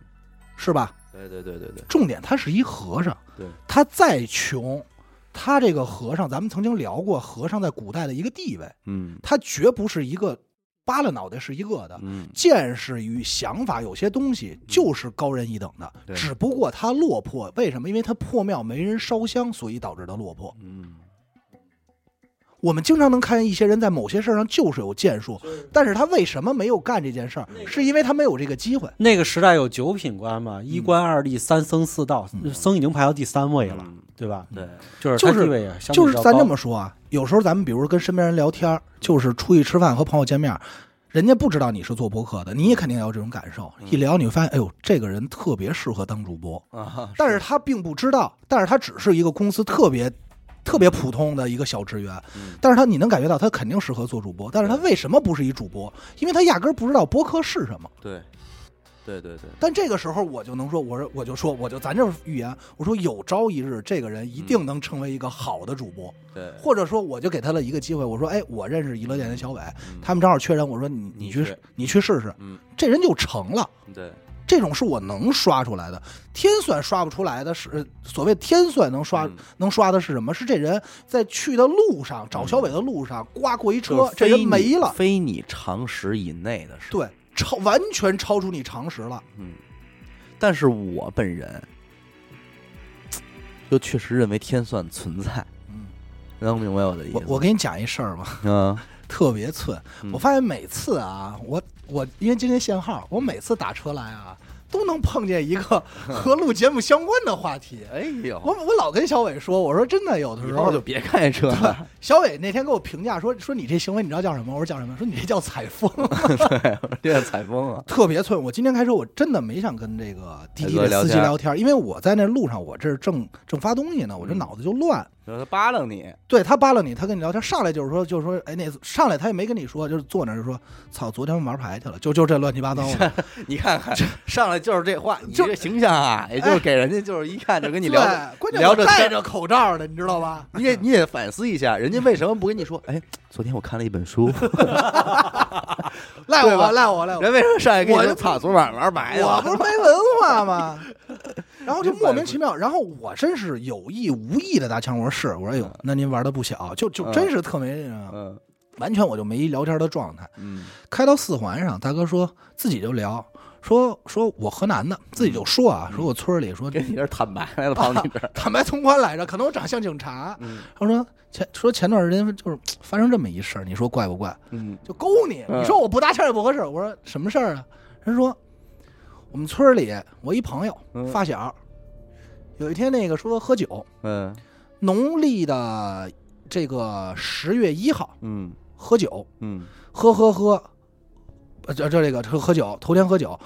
Speaker 2: 是吧？
Speaker 1: 对对对对对，
Speaker 2: 重点他是一和尚，
Speaker 1: 对，
Speaker 2: 他再穷，他这个和尚，咱们曾经聊过和尚在古代的一个地位，
Speaker 1: 嗯
Speaker 2: 他绝不是一个扒拉脑袋是一个的。
Speaker 1: 嗯，
Speaker 2: 见识与想法有些东西就是高人一等的，
Speaker 1: 对
Speaker 2: 只不过他落魄，为什么？因为他破庙没人烧香，所以导致的落魄。
Speaker 1: 嗯，
Speaker 2: 我们经常能看见一些人在某些事儿上就是有建树，但是他为什么没有干这件事儿？是因为他没有这个机会。
Speaker 3: 那个时代有九品官嘛，
Speaker 2: 嗯
Speaker 3: 一官二吏三僧四道，僧已经排到第三位
Speaker 1: 嗯
Speaker 3: 了，对吧？
Speaker 1: 对，
Speaker 3: 就是
Speaker 2: 嗯就
Speaker 3: 他
Speaker 2: 是
Speaker 3: 地位也相对
Speaker 2: 就
Speaker 3: 比
Speaker 2: 是
Speaker 3: 较高
Speaker 2: 咱这么说啊，有时候咱们比如跟身边人聊天儿，就是出去吃饭和朋友见面儿，人家不知道你是做播客的，你也肯定有这种感受。
Speaker 3: 嗯
Speaker 2: 一聊你会发现，哎呦，这个人特别适合当主播，
Speaker 1: 啊，
Speaker 2: 但是他并不知道，但是他只是一个公司特别。特别普通的一个小职员，
Speaker 1: 嗯
Speaker 2: 但是他你能感觉到他肯定适合做主播，但是他为什么不是一主播？因为他压根儿不知道播客是什么。
Speaker 1: 对，对对对，
Speaker 2: 但这个时候我就能说，我说我就说，我就咱这预言，我说有朝一日这个人一
Speaker 1: 嗯
Speaker 2: 定能成为一个好的主播，
Speaker 1: 对，
Speaker 2: 或者说我就给他了一个机会，我说，哎，我认识娱乐电台小伟，他们正好缺人，我说你你去
Speaker 1: 嗯去
Speaker 2: 你去试试，
Speaker 1: 嗯，
Speaker 2: 这人就成了。
Speaker 1: 对，
Speaker 2: 这种是我能刷出来的，天算刷不出来的是呃所谓天算能刷、
Speaker 1: 嗯
Speaker 2: 能刷的是什么？是这人在去的路上找小伟的路上刮过一
Speaker 1: 嗯就
Speaker 2: 车，
Speaker 1: 是
Speaker 2: 这
Speaker 1: 非
Speaker 2: 人
Speaker 1: 你
Speaker 2: 没了，
Speaker 1: 非你常识以内的事。，
Speaker 2: 对，超完全超出你常识了。
Speaker 1: 嗯，但是我本人就确实认为天算存在，
Speaker 2: 嗯，
Speaker 1: 能明白我的意思
Speaker 2: 我
Speaker 1: 吗？
Speaker 2: 我给你讲一事儿吧，
Speaker 1: 嗯
Speaker 2: 特别寸。
Speaker 1: 嗯
Speaker 2: 我发现每次啊，我我因为今天限号，我每次打车来啊，都能碰见一 个和录节目相关的话题。
Speaker 1: 哎呦
Speaker 2: 我我老跟小伟说，我说真的，有的
Speaker 1: 以
Speaker 2: 时
Speaker 1: 后
Speaker 2: 候
Speaker 1: 就别开车了。
Speaker 2: 小伟那天给我评价说说你这行为你知道叫什么？我说叫什么？说你这叫采风，
Speaker 1: 对， 这是采风啊。
Speaker 2: 特别寸。我今天开车我真的没想跟这个滴
Speaker 1: 大
Speaker 2: 滴
Speaker 1: 哥
Speaker 2: 的
Speaker 1: 聊
Speaker 2: 司机
Speaker 1: 天
Speaker 2: 聊天，因为我在那路上我这儿正正发东西呢，我这
Speaker 1: 嗯
Speaker 2: 脑子就乱。
Speaker 1: 就是他扒拉你，
Speaker 2: 对他扒拉你，他跟你聊天，上来就是说，就是说，哎，那上来他也没跟你说，就是坐那儿就说，操，昨天玩牌去了，就就这乱七八糟的。
Speaker 1: 你看看，上来就是这话，你
Speaker 2: 就哎
Speaker 1: 这个形象啊，也就是给人家就是一看就跟你聊着，
Speaker 2: 对，关键
Speaker 1: 聊
Speaker 2: 我
Speaker 1: 着
Speaker 2: 戴
Speaker 1: 天
Speaker 2: 着口罩的，你知道吧？
Speaker 1: 你也你也反思一下，人家为什么不跟你说？哎，昨天我看了一本书，
Speaker 2: 赖
Speaker 1: 对吧
Speaker 2: 我，赖我，赖我，
Speaker 1: 人为什么上来跟你
Speaker 2: 我
Speaker 1: 说？
Speaker 2: 就
Speaker 1: 操，昨晚上玩白
Speaker 2: 我
Speaker 1: 了
Speaker 2: 不。是没文化吗？ 然后就莫名其妙，然后我真是有意无意的搭腔，我说是，我说哎呦，那您玩的不小，就就真是特没那个，
Speaker 1: 嗯
Speaker 2: 完全我就没聊天的状态。
Speaker 1: 嗯
Speaker 2: 开到四环上，大哥说自己就聊，说说我河南的，自己就说啊，说我村里说
Speaker 1: 嗯跟你这儿坦白来了，跑你这儿，
Speaker 2: 坦白从宽来着，可能我长相警察。
Speaker 1: 嗯
Speaker 2: 他说前说前段时间就是发生这么一事儿，你说怪不怪？
Speaker 1: 嗯
Speaker 2: 就勾你，
Speaker 1: 嗯
Speaker 2: 你说我不搭腔也不合适。我说什么事儿啊？人说我们村儿里我一朋友
Speaker 1: 嗯
Speaker 2: 发小，有一天那个说喝酒，
Speaker 1: 嗯
Speaker 2: 农历的这个十月一号
Speaker 1: 嗯
Speaker 2: 喝酒，
Speaker 1: 嗯
Speaker 2: 喝喝喝，呃这这这个喝喝酒，头天喝酒，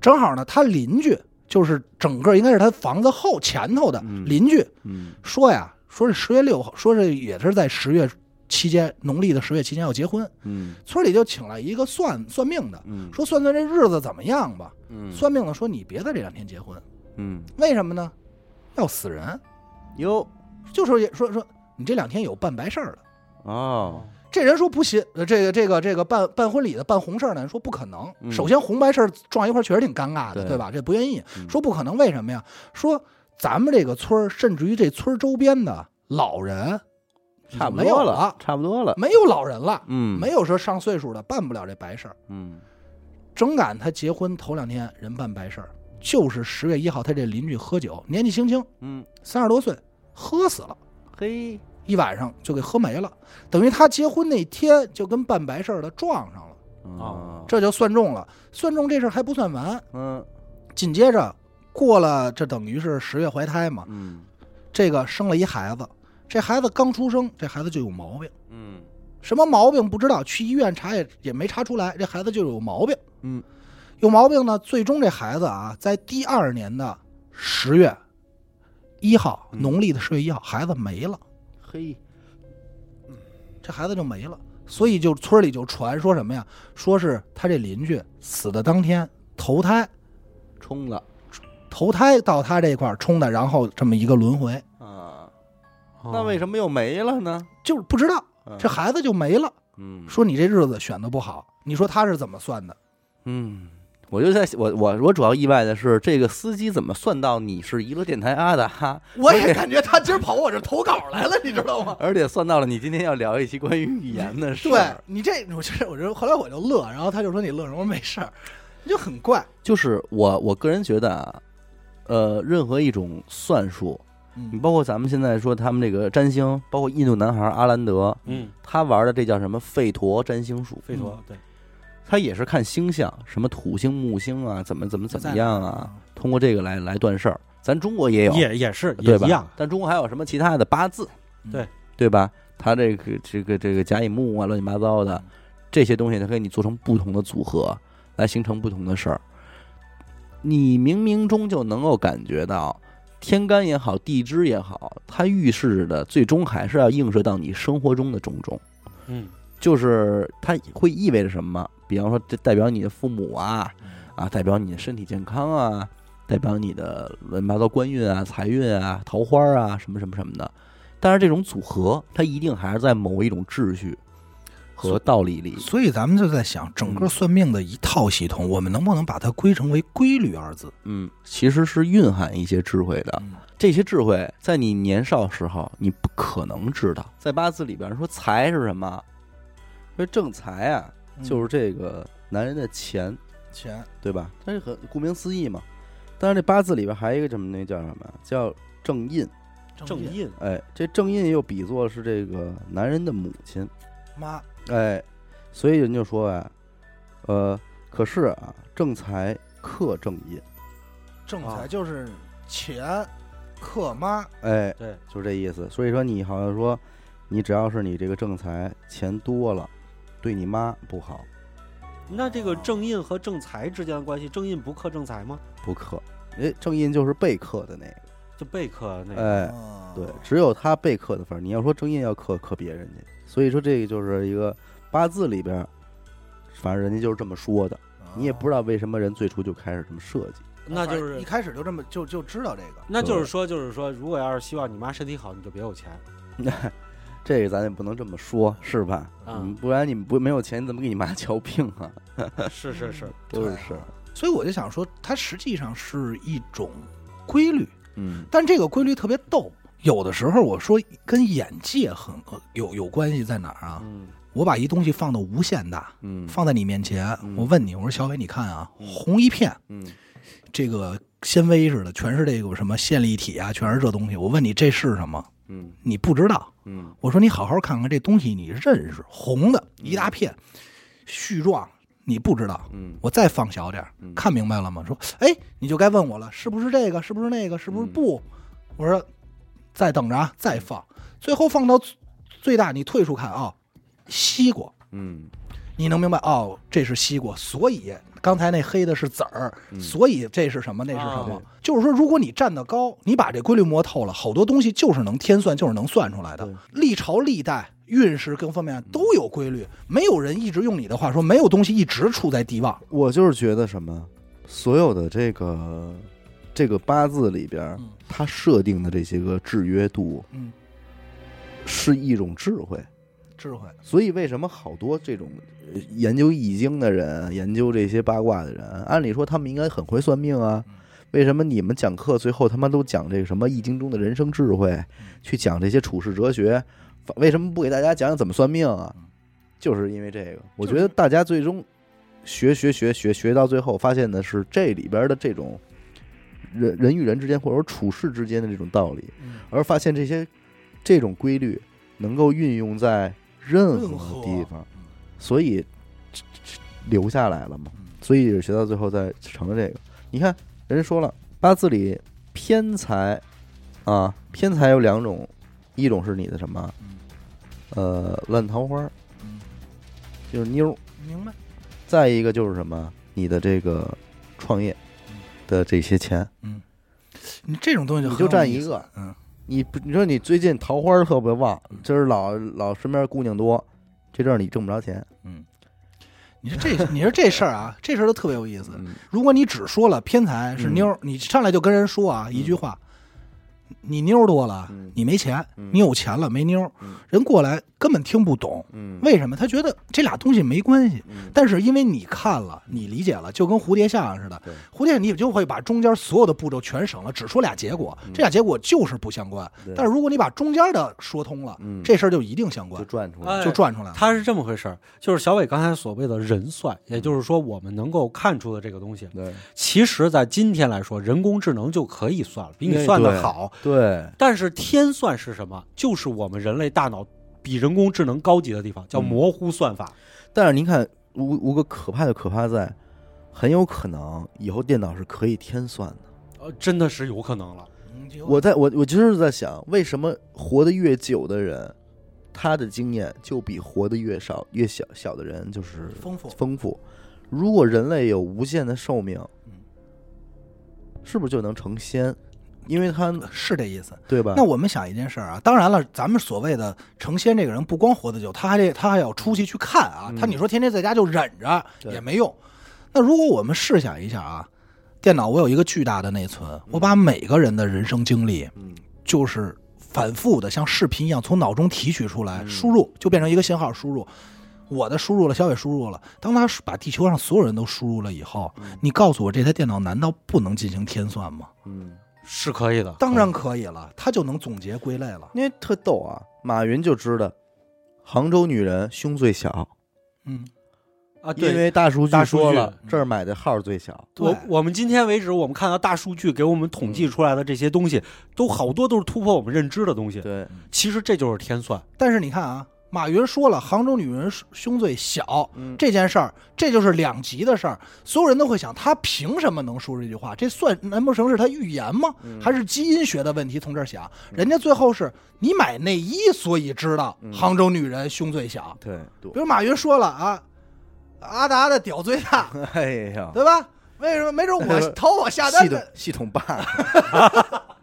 Speaker 2: 正好呢他邻居就是整个应该是他房子后前头的
Speaker 1: 嗯
Speaker 2: 邻居，
Speaker 1: 嗯
Speaker 2: 说呀，说是十月六号，说是也是在十月期间，农历的十月期间要结婚，
Speaker 1: 嗯
Speaker 2: 村里就请了一个算算命的，
Speaker 1: 嗯
Speaker 2: 说算算这日子怎么样吧。
Speaker 1: 嗯
Speaker 2: 算命的说你别在这两天结婚，
Speaker 1: 嗯
Speaker 2: 为什么呢？要死人，
Speaker 1: 哟
Speaker 2: 就说也说说你这两天有办白事儿的。
Speaker 1: 哦
Speaker 2: 这人说不信，呃，这个这个这个办办婚礼的办红事儿呢，说不可能。
Speaker 1: 嗯
Speaker 2: 首先红白事儿撞一块儿确实挺尴尬的，
Speaker 1: 对
Speaker 2: 对吧？这不愿意
Speaker 1: 嗯
Speaker 2: 说不可能，为什么呀？说咱们这个村儿，甚至于这村儿周边的老人，
Speaker 1: 差不
Speaker 2: 没有
Speaker 1: 多了，差不多了，
Speaker 2: 没有老人了，
Speaker 1: 嗯
Speaker 2: 没有说上岁数的办不了这白事儿。
Speaker 1: 嗯
Speaker 2: 正赶他结婚头两天，人办白事儿，就是十月一号，他这邻居喝酒，年纪轻轻，
Speaker 1: 嗯
Speaker 2: 三十多岁，喝死了，
Speaker 1: 嘿
Speaker 2: 一晚上就给喝没了，等于他结婚那天就跟办白事儿的撞上了，
Speaker 1: 啊
Speaker 3: 哦
Speaker 2: 这就算中了。算中这事儿还不算完，
Speaker 1: 嗯
Speaker 2: 紧接着过了，这等于是十月怀胎嘛，
Speaker 1: 嗯
Speaker 2: 这个生了一孩子，这孩子刚出生，这孩子就有毛病，
Speaker 1: 嗯
Speaker 2: 什么毛病不知道，去医院查也也没查出来，这孩子就有毛病。
Speaker 1: 嗯，
Speaker 2: 有毛病呢。最终这孩子啊，在第二年的十月一号，
Speaker 3: 嗯
Speaker 2: 农历的十月一号，孩子没了，
Speaker 1: 嘿，
Speaker 2: 这孩子就没了。所以就村里就传说什么呀？说是他这邻居死的当天投胎，
Speaker 1: 冲了
Speaker 2: 投胎到他这块儿冲的，然后这么一个轮回，
Speaker 1: 啊！
Speaker 3: 那
Speaker 1: 那为
Speaker 3: 么？
Speaker 1: 什么又没了呢？
Speaker 2: 就是不知道
Speaker 1: 嗯
Speaker 2: 这孩子就没了。
Speaker 1: 嗯
Speaker 2: 说你这日子选的不好，你说他是怎么算的？
Speaker 1: 嗯，我就在我我我主要意外的是，这个司机怎么算到你是娱乐电台啊阿达，
Speaker 2: 我也感觉他今儿跑我这投稿来了，你知道吗？
Speaker 1: 而且算到了你今天要聊一期关于语言的事
Speaker 2: 对
Speaker 1: 儿。
Speaker 2: 你这，我觉得，我觉得后来我就乐，然后他就说你乐什么？我说没事儿，你就很怪。
Speaker 1: 就是我我个人觉得啊，呃，任何一种算术，你
Speaker 2: 嗯
Speaker 1: 包括咱们现在说他们这个占星，包括印度男孩阿兰德，
Speaker 3: 嗯，
Speaker 1: 他玩的这叫什么费陀占星术，
Speaker 3: 费
Speaker 2: 嗯
Speaker 3: 陀对，
Speaker 1: 他也是看星象，什么土星、木星啊，怎么怎么怎么样啊，？通过这个来来断事儿。咱中国也有，
Speaker 3: 也也是也
Speaker 1: 对
Speaker 3: 一
Speaker 1: 吧？
Speaker 3: 样，
Speaker 1: 但中国还有什么其他的八字，
Speaker 3: 对
Speaker 1: 对吧？它这个这个这个甲乙木啊，乱七八糟的
Speaker 2: 嗯
Speaker 1: 这些东西，它给你做成不同的组合，来形成不同的事儿。你冥冥中就能够感觉到，天干也好，地支也好，它预示的最终还是要映射到你生活中的种种。
Speaker 3: 嗯，
Speaker 1: 就是它会意味着什么？比方说，这代表你的父母啊，
Speaker 2: 嗯
Speaker 1: 啊，代表你的身体健康啊，代表你的乱七八糟官运啊、财运啊、桃花啊，什么什么什么的。但是这种组合，它一定还是在某一种秩序和道理里。
Speaker 2: 所以咱们就在想，整
Speaker 1: 嗯
Speaker 2: 个算命的一套系统，我们能不能把它归成为“规律”二字？
Speaker 1: 嗯，其实是蕴含一些智慧
Speaker 2: 嗯
Speaker 1: 的。这些智慧在你年少时候你不可能知道。在八字里边说财是什么？说正财啊，就是这个男人的钱。
Speaker 2: 嗯钱，
Speaker 1: 对吧？它是很顾名思义嘛。但是这八字里边还有一个什么那叫什么呀？叫正印。
Speaker 2: 嗯
Speaker 3: 正印
Speaker 1: 哎，这正印又比作是这个男人的母亲。
Speaker 2: 妈，
Speaker 1: 哎，所以人就说啊，呃，可是啊，正财克正印。
Speaker 2: 正
Speaker 3: 啊
Speaker 2: 财就是钱，克妈，
Speaker 1: 哎，
Speaker 3: 对，
Speaker 1: 就是这意思。所以说你好像说，你只要是你这个正财钱多了，对你妈不好，
Speaker 3: 那这个正印和正财之间的关系，正印不克正财吗？
Speaker 1: 不克。哎，正印就是被克的那个。
Speaker 3: 就被克那个，
Speaker 1: 哎，
Speaker 2: 哦
Speaker 1: 对，只有他被克的份儿。你要说正印要克克别人去，所以说这个就是一个八字里边儿，反正人家就是这么说的。
Speaker 2: 哦
Speaker 1: 你也不知
Speaker 2: 道，
Speaker 1: 道为什么人最初就开始这么设计。
Speaker 3: 那就
Speaker 2: 啊反正一
Speaker 3: 是
Speaker 2: 开始就这么就就知道这个。
Speaker 3: 那就是说就是说，如果要是希望你妈身体好，你就别有钱
Speaker 1: 这个咱也不能这么说，是吧？
Speaker 3: 啊
Speaker 1: 嗯，不然你不没有钱，你怎么给你妈 瞧病啊？
Speaker 3: 是是是，
Speaker 1: 都是
Speaker 2: 对啊
Speaker 1: 事儿。
Speaker 2: 所以我就想说，它实际上是一种规律，
Speaker 1: 嗯
Speaker 2: 但这个规律特别逗。有的时候我说跟眼界很有有关系在哪儿啊？
Speaker 3: 嗯，
Speaker 2: 我把一东西放到无限大，
Speaker 1: 嗯
Speaker 2: 放在你面前，
Speaker 1: 嗯
Speaker 2: 我问你，我说小伟，你看啊，
Speaker 1: 嗯
Speaker 2: 红一片，
Speaker 1: 嗯
Speaker 2: 这个纤维似的，全是这个什么线粒体啊，全是这东西。我问你这是什么？
Speaker 1: 嗯
Speaker 2: 你不知道。
Speaker 1: 嗯
Speaker 2: 我说你好好看看这东西，你认识红的一大片，絮状，你不知道。
Speaker 1: 嗯
Speaker 2: 我再放小点儿
Speaker 1: 嗯，
Speaker 2: 看明白了吗？说，哎，你就该问我了，是不是这个？是不是那个？是
Speaker 1: 嗯
Speaker 2: 不是不？我说，再等着啊，再放，最后放到最最大，你退出看啊、西瓜，
Speaker 1: 嗯
Speaker 2: 你能明白哦，这是西瓜，所以刚才那黑的是籽儿，
Speaker 1: 嗯
Speaker 2: 所以这是什么？那是什么？
Speaker 1: 啊
Speaker 2: 就是说，如果你站得高，你把这规律摸透了，好多东西就是能天算，就是能算出来的
Speaker 1: 对。嗯
Speaker 2: 历朝历代运势各方面都有规律，没有人一直用你的话说，没有东西一直处在地旺。
Speaker 1: 我就是觉得什么，所有的这个这个八字里边儿
Speaker 2: 嗯，
Speaker 1: 它设定的这些个制约度
Speaker 2: 嗯，
Speaker 1: 是一种智慧。
Speaker 2: 智慧。
Speaker 1: 所以为什么好多这种呃研究易经的人，研究这些八卦的人，按理说他们应该很会算命啊
Speaker 2: 嗯？
Speaker 1: 为什么你们讲课最后他妈都讲这个什么易经中的人生智慧，去讲这些处世哲学？反为什么不给大家讲讲怎么算命啊
Speaker 2: 嗯？
Speaker 1: 就是因为这个，我
Speaker 2: 就
Speaker 1: 觉
Speaker 2: 是
Speaker 1: 得大家最终学学学学学到最后，发现的是这里边的这种人人与人之间，或者说处世之间的这种道理，
Speaker 2: 嗯
Speaker 1: 而发现这些这种规律能够运用在任
Speaker 2: 任
Speaker 1: 何
Speaker 2: 何嗯
Speaker 1: 地方，所以这这留下来了嘛。
Speaker 2: 嗯
Speaker 1: 所以学到最后再成了这个。你看，人家说了，八字里偏财啊，偏财有两种，一种是你的什么，呃，烂桃花，就是妞儿；
Speaker 2: 明白。
Speaker 1: 再一个就是什么，你的这个创业的这些钱，
Speaker 2: 你这种东西
Speaker 1: 你
Speaker 2: 很
Speaker 1: 就
Speaker 2: 有
Speaker 1: 占
Speaker 2: 意
Speaker 1: 一
Speaker 2: 思，
Speaker 1: 个，
Speaker 2: 嗯，
Speaker 1: 你不你说你最近桃花特别旺，今儿老老身边姑娘多，这阵儿你挣不着钱，
Speaker 2: 嗯。你说这，你说这事儿啊，这事儿都特别有意思。
Speaker 1: 嗯，
Speaker 2: 如果你只说了偏财是
Speaker 1: 嗯
Speaker 2: 妞儿，你上来就跟人说啊一句话，你妞儿多了
Speaker 1: 嗯，
Speaker 2: 你没钱；
Speaker 1: 嗯
Speaker 2: 你有钱了没妞儿
Speaker 1: 嗯，
Speaker 2: 人过来根本听不懂。
Speaker 1: 嗯
Speaker 2: 为什么？他觉得这俩东西没关系
Speaker 1: 嗯，
Speaker 2: 但是因为你看了，你理解了，就跟蝴蝶效应似的
Speaker 1: 对。
Speaker 2: 蝴蝶你就会把中间所有的步骤全省了，只说俩结果，这俩结果就是不相关
Speaker 1: 嗯对。
Speaker 2: 但是如果你把中间的说通了
Speaker 1: 嗯，
Speaker 2: 这事儿就一定相
Speaker 1: 就
Speaker 2: 关，
Speaker 1: 赚出来
Speaker 3: 哎
Speaker 1: 了，
Speaker 2: 就转出来了。
Speaker 3: 它是这么回事儿，就是小伟刚才所谓的人算，也就是说我们能够看出的这个东西，
Speaker 1: 对
Speaker 3: 其实在今天来说，人工智能就可以算了，比你
Speaker 1: 对
Speaker 3: 算
Speaker 1: 对
Speaker 3: 的好。
Speaker 1: 对，
Speaker 3: 但是天算是什么？就是我们人类大脑比人工智能高级的地方，叫
Speaker 1: 嗯
Speaker 3: 模糊算法。
Speaker 1: 但是您看无无个可怕的可怕在，很有可能以后电脑是可以天算的。
Speaker 3: 呃，真的是有可能了。
Speaker 2: 嗯就
Speaker 1: 我在我我就是在想，为什么活得越久的人，他的经验就比活得越少越小小的人就是
Speaker 2: 丰富
Speaker 1: 丰富。如果人类有无限的寿命
Speaker 2: 嗯，
Speaker 1: 是不是就能成仙？因为他
Speaker 2: 是这意思。
Speaker 1: 对吧？
Speaker 2: 那我们想一件事儿啊，当然了，咱们所谓的成仙这个人，不光活得久，他还得他还要出去去看啊。
Speaker 1: 嗯
Speaker 2: 他你说天天在家就忍着
Speaker 1: 对
Speaker 2: 也没用。那如果我们试想一下啊，电脑我有一个巨大的内存，我把每个人的人生经历，
Speaker 1: 嗯
Speaker 2: 就是反复的像视频一样从脑中提取出来，
Speaker 1: 嗯
Speaker 2: 输入就变成一个信号输入。我的输入了，小伟输入了。当他把地球上所有人都输入了以后，你告诉我，这台电脑难道不能进行天算吗？
Speaker 1: 嗯，
Speaker 3: 是可以的，
Speaker 2: 当然可以了，它就能总结归类了。
Speaker 1: 因为特逗啊，马云就知道杭州女人胸最小，
Speaker 2: 嗯，
Speaker 3: 啊，
Speaker 1: 因
Speaker 3: 对。
Speaker 1: 为大数据
Speaker 3: 大数
Speaker 1: 说
Speaker 3: 据
Speaker 1: 了这儿买的号最小。
Speaker 3: 我
Speaker 2: 对
Speaker 3: 我们今天为止，我们看到大数据给我们统计出来的这些东西，都好多都是突破我们认知的东西。
Speaker 2: 嗯
Speaker 1: 对，
Speaker 3: 其实这就是天算，
Speaker 2: 但是你看啊，马云说了，杭州女人胸最小
Speaker 1: 嗯
Speaker 2: 这件事儿，这就是两极的事儿。所有人都会想，他凭什么能说这句话？这算难不成是他预言吗？
Speaker 1: 嗯
Speaker 2: 还是基因学的问题？从这儿想，人家最后是你买内衣，所以知道
Speaker 1: 嗯
Speaker 2: 杭州女人胸最小。
Speaker 1: 对，对
Speaker 2: 比如马云说了啊，阿达的屌最 大，
Speaker 1: 哎呀，
Speaker 2: 对吧？为什么？没 准我投我下单
Speaker 1: 系统
Speaker 2: 的，
Speaker 1: 系统 bug，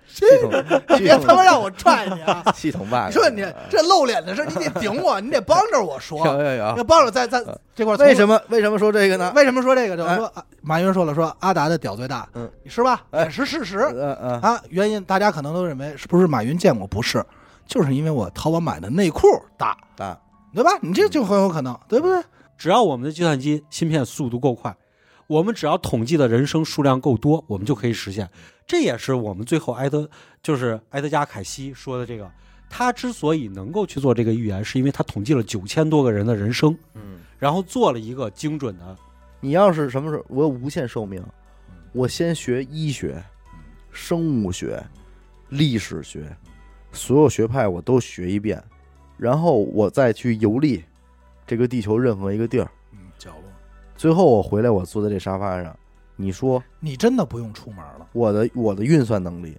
Speaker 1: 系
Speaker 2: 这
Speaker 1: 统系
Speaker 2: 别他妈
Speaker 1: 统
Speaker 2: 让我踹你 啊！
Speaker 1: 系统 bug，
Speaker 2: 你说你这露脸的事儿，你得顶我，你得帮着我说。
Speaker 1: 有有有
Speaker 2: 要，帮着在在
Speaker 1: 嗯
Speaker 2: 这块儿从，
Speaker 1: 为什么为什么说这个呢？
Speaker 2: 为什么说这个？就是说、啊马云说了，说阿达的屌最大，
Speaker 1: 嗯，
Speaker 2: 是吧？
Speaker 1: 哎
Speaker 2: 也是事实、
Speaker 1: 呃呃，
Speaker 2: 啊。原因大家可能都认为是不是马云见过？不是，就是因为我淘宝买的内裤大，
Speaker 1: 大
Speaker 2: 对吧？你这就很有可能，对不对？
Speaker 3: 只要我们的计算机芯片速度够快，我们只要统计的人生数量够多，我们就可以实现。这也是我们最后埃德就是埃德加凯西说的这个，他之所以能够去做这个预言，是因为他统计了九千多个人的人生，
Speaker 1: 嗯，
Speaker 3: 然后做了一个精准的。
Speaker 1: 你要是什么时候我有无限寿命，
Speaker 2: 嗯
Speaker 1: 我先学医学、生物学、历史学，所有学派我都学一遍，然后我再去游历这个地球任何一个地儿，
Speaker 2: 嗯，角落，
Speaker 1: 最后我回来我坐在这沙发上，你说
Speaker 2: 你真的不用出门了，
Speaker 1: 我的我的运算能力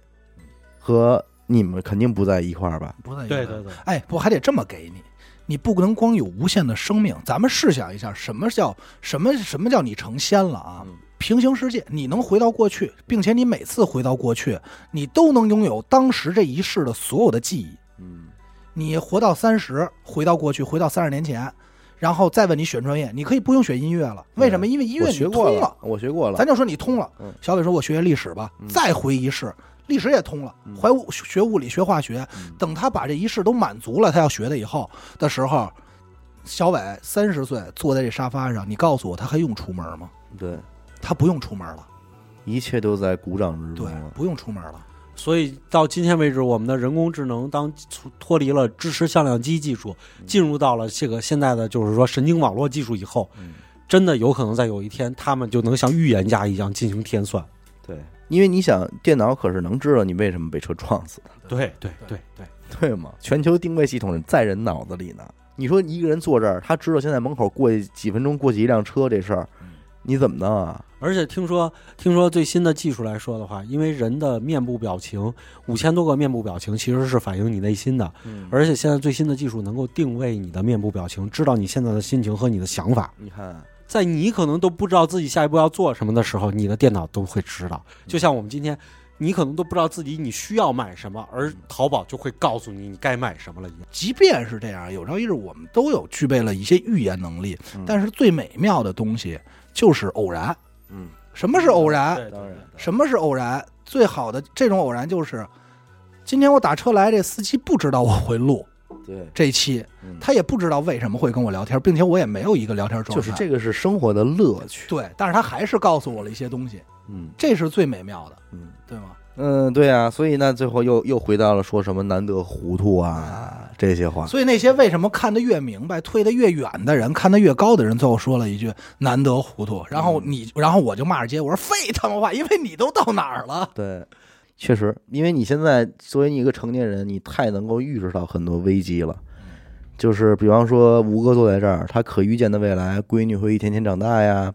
Speaker 1: 和你们肯定不在一块儿吧？
Speaker 2: 不在一个
Speaker 3: 对对
Speaker 2: 人
Speaker 3: 对，
Speaker 2: 哎，不还得这么给你？你不能光有无限的生命，咱们试想一下，什么叫什么什么叫你成仙了啊？
Speaker 1: 嗯
Speaker 2: 平行世界，你能回到过去，并且你每次回到过去，你都能拥有当时这一世的所有的记忆。
Speaker 1: 嗯，
Speaker 2: 你活到三十，回到过去，回到三十年前，然后再问你选专业，你可以不用选音乐了。为什么？因为音乐
Speaker 1: 我
Speaker 2: 你
Speaker 1: 学
Speaker 2: 通
Speaker 1: 过
Speaker 2: 了，
Speaker 1: 了，我学过了
Speaker 2: 咱，就说你通了
Speaker 1: 嗯。
Speaker 2: 小伟说：“我学学历史吧。”再回一世，历史也通了，怀物学物理、学化学。等他把这一世都满足了，他要学的以后的时候，小伟三十岁坐在这沙发上，你告诉我，他还用出门吗？
Speaker 1: 对，
Speaker 2: 他不用出门了，
Speaker 1: 一切都在鼓掌之中
Speaker 2: 对
Speaker 1: 了，。
Speaker 2: 不用出门了。
Speaker 3: 所以到今天为止，我们的人工智能当出脱离了支持向量机技术，进入到了这个现在的就是说神经网络技术以后，
Speaker 1: 嗯
Speaker 3: 真的有可能在有一天，他们就能像预言家一样进行天算。
Speaker 1: 对，因为你想，电脑可是能知道你为什么被车撞死的，
Speaker 3: 对对对对，
Speaker 1: 对 吗？全球定位系统在人脑子里呢。你说一个人坐这儿，他知道现在门口过去几分钟过去一辆车这事儿，你怎么弄啊？
Speaker 3: 而且听说，听说最新的技术来说的话，因为人的面部表情，五千多个面部表情其实是反映你内心的。
Speaker 1: 嗯
Speaker 3: 而且现在最新的技术能够定位你的面部表情，知道你现在的心情和你的想法。
Speaker 1: 你看，
Speaker 3: 在你可能都不知道自己下一步要做什么的时候，你的电脑都会知道。就像我们今天，你可能都不知道自己你需要买什么，而淘宝就会告诉你你该买什么了一样。
Speaker 2: 即便是这样，有朝一日我们都有具备了一些预言能力，
Speaker 4: 嗯
Speaker 2: 但是最美妙的东西就是偶然。
Speaker 4: 嗯，
Speaker 2: 什么是偶然？
Speaker 3: 对
Speaker 4: 当然，
Speaker 2: 什么是偶然？最好的这种偶然就是，今天我打车来，这司机不知道我会录
Speaker 4: 对，
Speaker 2: 这期，
Speaker 4: 嗯
Speaker 2: 他也不知道为什么会跟我聊天，并且我也没有一个聊天状态。
Speaker 1: 就是这个是生活的乐趣。
Speaker 2: 对，但是他还是告诉我了一些东西，
Speaker 4: 嗯
Speaker 2: 这是最美妙的，
Speaker 4: 嗯，
Speaker 2: 对吗？
Speaker 1: 嗯，对啊，所以那最后又又回到了说什么难得糊涂啊这些话。
Speaker 2: 所以那些为什么看得越明白、推得越远的人，看得越高的人，最后说了一句“难得糊涂”，然后
Speaker 1: 嗯
Speaker 2: 你，然后我就骂着街，我说“废他妈话”，因为你都到哪儿了？
Speaker 1: 对，确实，因为你现在作为你一个成年人，你太能够意识到很多危机
Speaker 2: 嗯
Speaker 1: 了。就是比方说，吴哥坐在这儿，他可预见的未来，闺女会一天天长大呀，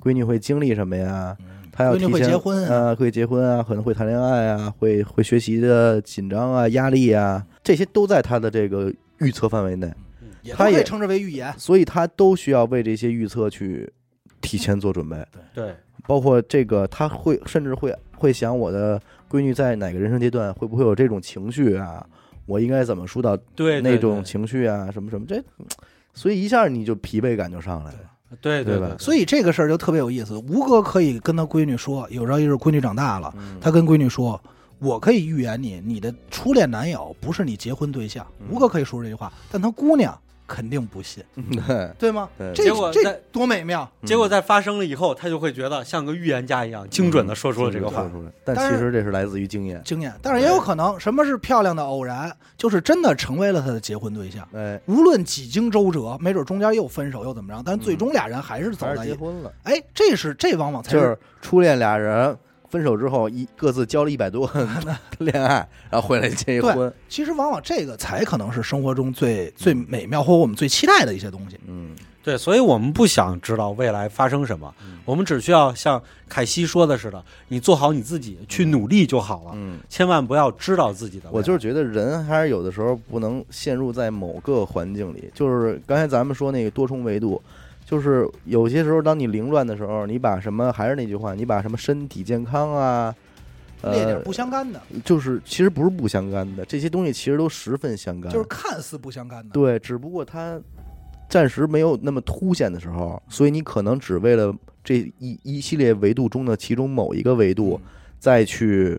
Speaker 1: 闺女会经历什么呀？她要
Speaker 2: 嗯闺
Speaker 1: 提
Speaker 2: 女
Speaker 1: 前
Speaker 2: 会结婚啊
Speaker 1: 啊，会结婚啊，可能会谈恋爱啊，会会学习的紧张啊、压力啊，这些都在他的这个预测范围内，
Speaker 2: 嗯也
Speaker 1: 他
Speaker 2: 都可
Speaker 1: 也
Speaker 2: 以称之为预言。
Speaker 1: 所以他都需要为这些预测去提前做准备。
Speaker 3: 对，
Speaker 1: 包括这个，他会甚至会会想我的闺女在哪个人生阶段会不会有这种情绪啊？我应该怎么疏导
Speaker 3: 对
Speaker 1: 那种情绪啊？什么什么这，所以一下你就疲惫感就上来了。
Speaker 3: 对
Speaker 1: 对
Speaker 3: 对
Speaker 1: 吧
Speaker 2: 所以这个事儿就特别有意思。吴哥可以跟他闺女说，有朝一日闺女长大了，
Speaker 1: 嗯
Speaker 2: 他跟闺女说：“我可以预言你，你的初恋男友不是你结婚对象。”
Speaker 1: 嗯
Speaker 2: 吴哥可以说出这句话，但他姑娘肯定不信，
Speaker 1: 对，
Speaker 2: 对吗？
Speaker 1: 对
Speaker 2: 这
Speaker 3: 结果
Speaker 2: 这
Speaker 3: 在
Speaker 2: 多美妙！
Speaker 1: 嗯
Speaker 3: 结果在发生了以后，他就会觉得像个预言家一样，精
Speaker 1: 嗯
Speaker 3: 准的说出了这个话
Speaker 1: 说。出来，但
Speaker 2: 但是
Speaker 1: 其实这是来自于经验。
Speaker 2: 经验，但是也有可能，什么是漂亮的偶然？就是真的成为了他的结婚对象。
Speaker 1: 哎，
Speaker 2: 无论几经周折，没准中间又分手又怎么着，但最终俩人还是走
Speaker 1: 嗯还
Speaker 2: 在
Speaker 1: 是
Speaker 2: 一
Speaker 1: 结
Speaker 2: 起。
Speaker 1: 婚了，
Speaker 2: 哎，这是这往往才
Speaker 1: 就是初恋俩人分手之后，一各自交了一百多个 恋爱，然后回来结婚
Speaker 2: 对。，其实往往这个才可能是生活中最最美妙或者我们最期待的一些东西。
Speaker 1: 嗯，
Speaker 3: 对，所以我们不想知道未来发生什么，
Speaker 1: 嗯
Speaker 3: 我们只需要像凯西说的似的，你做好你自己，去努力就好了。
Speaker 1: 嗯，
Speaker 3: 千万不要知道自己的未来。
Speaker 1: 我就是觉得人还是有的时候不能陷入在某个环境里，就是刚才咱们说那个多重维度，就是有些时候当你凌乱的时候，你把什么还是那句话，你把什么身体健康啊，
Speaker 2: 列点
Speaker 1: 呃，
Speaker 2: 不相干的，
Speaker 1: 就是其实不是不相干的，这些东西其实都十分相干，
Speaker 2: 就是看似不相干的。
Speaker 1: 呃对，只不过它暂时没有那么凸显的时候，所以你可能只为了这一一系列维度中的其中某一个维度
Speaker 2: 嗯
Speaker 1: 再去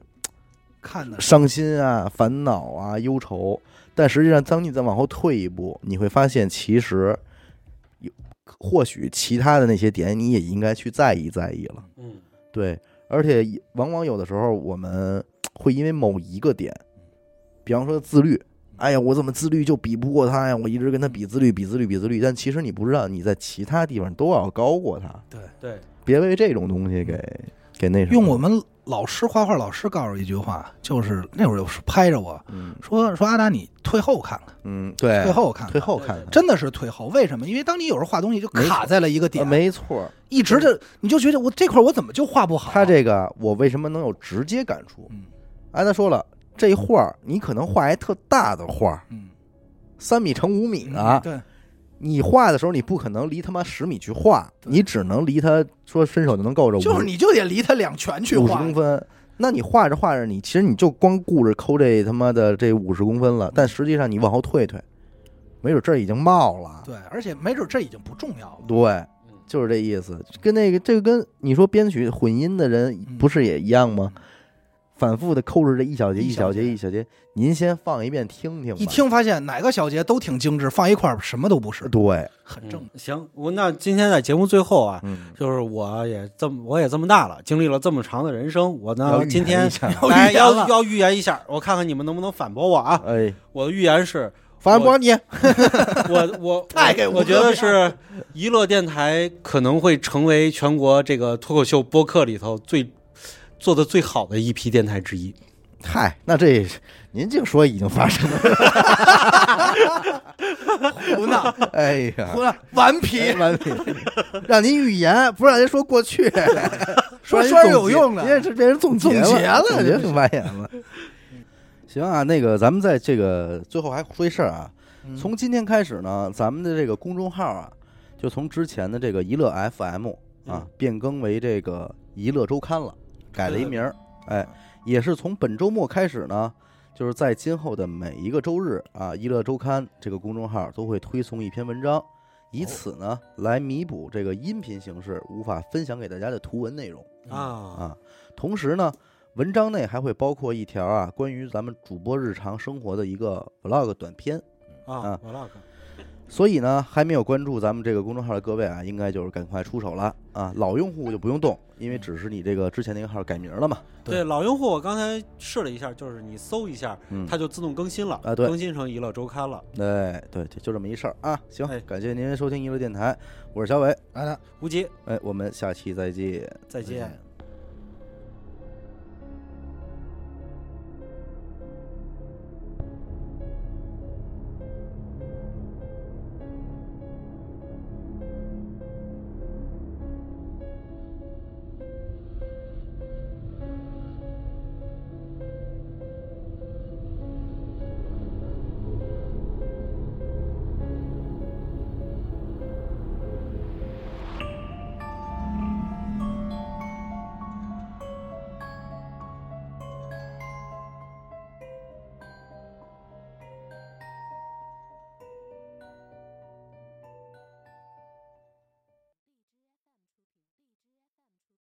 Speaker 2: 看的
Speaker 1: 伤心啊、烦恼啊、忧愁。但实际上，当你再往后退一步，你会发现，其实有或许其他的那些点，你也应该去在意在意了。
Speaker 3: 嗯，
Speaker 1: 对，而且往往有的时候，我们会因为某一个点，比方说自律，哎呀，我怎么自律就比不过他呀？我一直跟他比自律，比自律，比自律。但其实你不知道，你在其他地方都要高过他。
Speaker 3: 对，
Speaker 1: 别为这种东西给给那什么。
Speaker 2: 用我们老师画画老师告诉我一句话，就是那会儿有时拍着我
Speaker 1: 嗯
Speaker 2: 说说阿达，你退后看看，
Speaker 1: 嗯，对，
Speaker 2: 退后看
Speaker 1: 退
Speaker 2: 看。
Speaker 1: 后看看，
Speaker 2: 真的是退后，为什么？因为当你有时候画东西就卡在了一个
Speaker 1: 呃
Speaker 2: 点，
Speaker 1: 没错。
Speaker 2: 一直就你就觉得我这块我怎么就画不好？
Speaker 1: 他这个我为什么能有直接感触？
Speaker 2: 嗯
Speaker 1: 哎，他说了，这一画儿你可能画一特大的画儿，
Speaker 2: 嗯
Speaker 1: 三米乘五米呢。
Speaker 2: 对，
Speaker 1: 你画的时候，你不可能离他妈十米去画，你只能离他说伸手就能够着
Speaker 2: 就是
Speaker 1: 五
Speaker 2: 你就得离他两拳去
Speaker 1: 五十
Speaker 2: 画，
Speaker 1: 公分。那你画着画着你，其实你就光顾着抠这他妈的这五十公分了，但实际上你往后退退，没准这儿已经冒了。
Speaker 2: 对，而且没准这已经不重要了。
Speaker 1: 对，就是这意思。跟那个这个跟你说编曲混音的人
Speaker 2: 嗯
Speaker 1: 不是也一样吗？反复的抠着这一小节
Speaker 2: 一
Speaker 1: 一
Speaker 2: 小
Speaker 1: 小
Speaker 2: 节
Speaker 1: 节一小节，您先放一遍听听吧。
Speaker 2: 一听发现哪个小节都挺精致，放一块儿什么都不是，
Speaker 1: 对，
Speaker 2: 很正。
Speaker 3: 嗯行，我那今天在节目最后啊，
Speaker 1: 嗯，
Speaker 3: 就是我也这么我也这么大了，经历了这么长的人生，我
Speaker 1: 要
Speaker 3: 呢
Speaker 1: 预
Speaker 3: 今
Speaker 1: 言一
Speaker 3: 天
Speaker 1: 下
Speaker 3: 来
Speaker 2: 要预言
Speaker 3: 要
Speaker 2: 了
Speaker 3: 要预言一下，我看看你们能不能反驳我啊！
Speaker 1: 哎，
Speaker 3: 我的预言是
Speaker 1: 反驳你，
Speaker 3: 我我
Speaker 2: 太给
Speaker 3: 我
Speaker 2: 吴
Speaker 3: 我
Speaker 2: 哥
Speaker 3: 觉得
Speaker 2: 面
Speaker 3: 是娱乐电台可能会成为全国这个脱口秀播客里头最做的最好的一批电台之一。
Speaker 1: 嗨，那这您净说已经发生 了，
Speaker 2: 胡 闹，
Speaker 1: 哎呀，
Speaker 2: 胡闹，顽皮，
Speaker 1: 完品，让您预言，不让您说过去，
Speaker 2: 说
Speaker 1: 让您
Speaker 2: 说
Speaker 1: 总
Speaker 2: 有
Speaker 1: 结
Speaker 2: 用的
Speaker 1: 您也是被人总
Speaker 2: 总
Speaker 1: 结
Speaker 2: 结了
Speaker 1: 总
Speaker 2: 这
Speaker 1: 结
Speaker 2: 是
Speaker 1: 挺完言了。行啊，那个咱们在
Speaker 2: 嗯
Speaker 1: 这个最后还说一事儿啊，从今天开始呢，咱们的这个公众号啊，就从之前的这个娱乐 FM 啊
Speaker 3: 嗯，
Speaker 1: 变更为这个娱乐周刊了，改了一名儿。哎
Speaker 2: 嗯，
Speaker 1: 也是从本周末开始呢，就是在今后的每一个周日啊，娱乐周刊这个公众号都会推送一篇文章，以此呢来弥补这个音频形式无法分享给大家的图文内容。
Speaker 3: 啊，
Speaker 1: 啊。同时呢，文章内还会包括一条啊关于咱们主播日常生活的一个 vlog 短片。
Speaker 3: 啊，vlog，
Speaker 1: 所以呢，还没有关注咱们这个公众号的各位啊，应该就是赶快出手了啊！老用户就不用动，因为只是你这个之前那个号改名了嘛。
Speaker 2: 对
Speaker 3: 对老用户，我刚才试了一下，就是你搜一下，
Speaker 1: 嗯，
Speaker 3: 它就自动更新了
Speaker 1: 啊对
Speaker 3: 更新成娱乐周刊了。
Speaker 1: 对哎对，就就这么一事儿啊。行
Speaker 3: 哎，
Speaker 1: 感谢您收听娱乐电台，我是小伟，
Speaker 2: 来来，
Speaker 3: 无极，
Speaker 1: 哎，我们下期再见。
Speaker 3: 再见。
Speaker 2: 见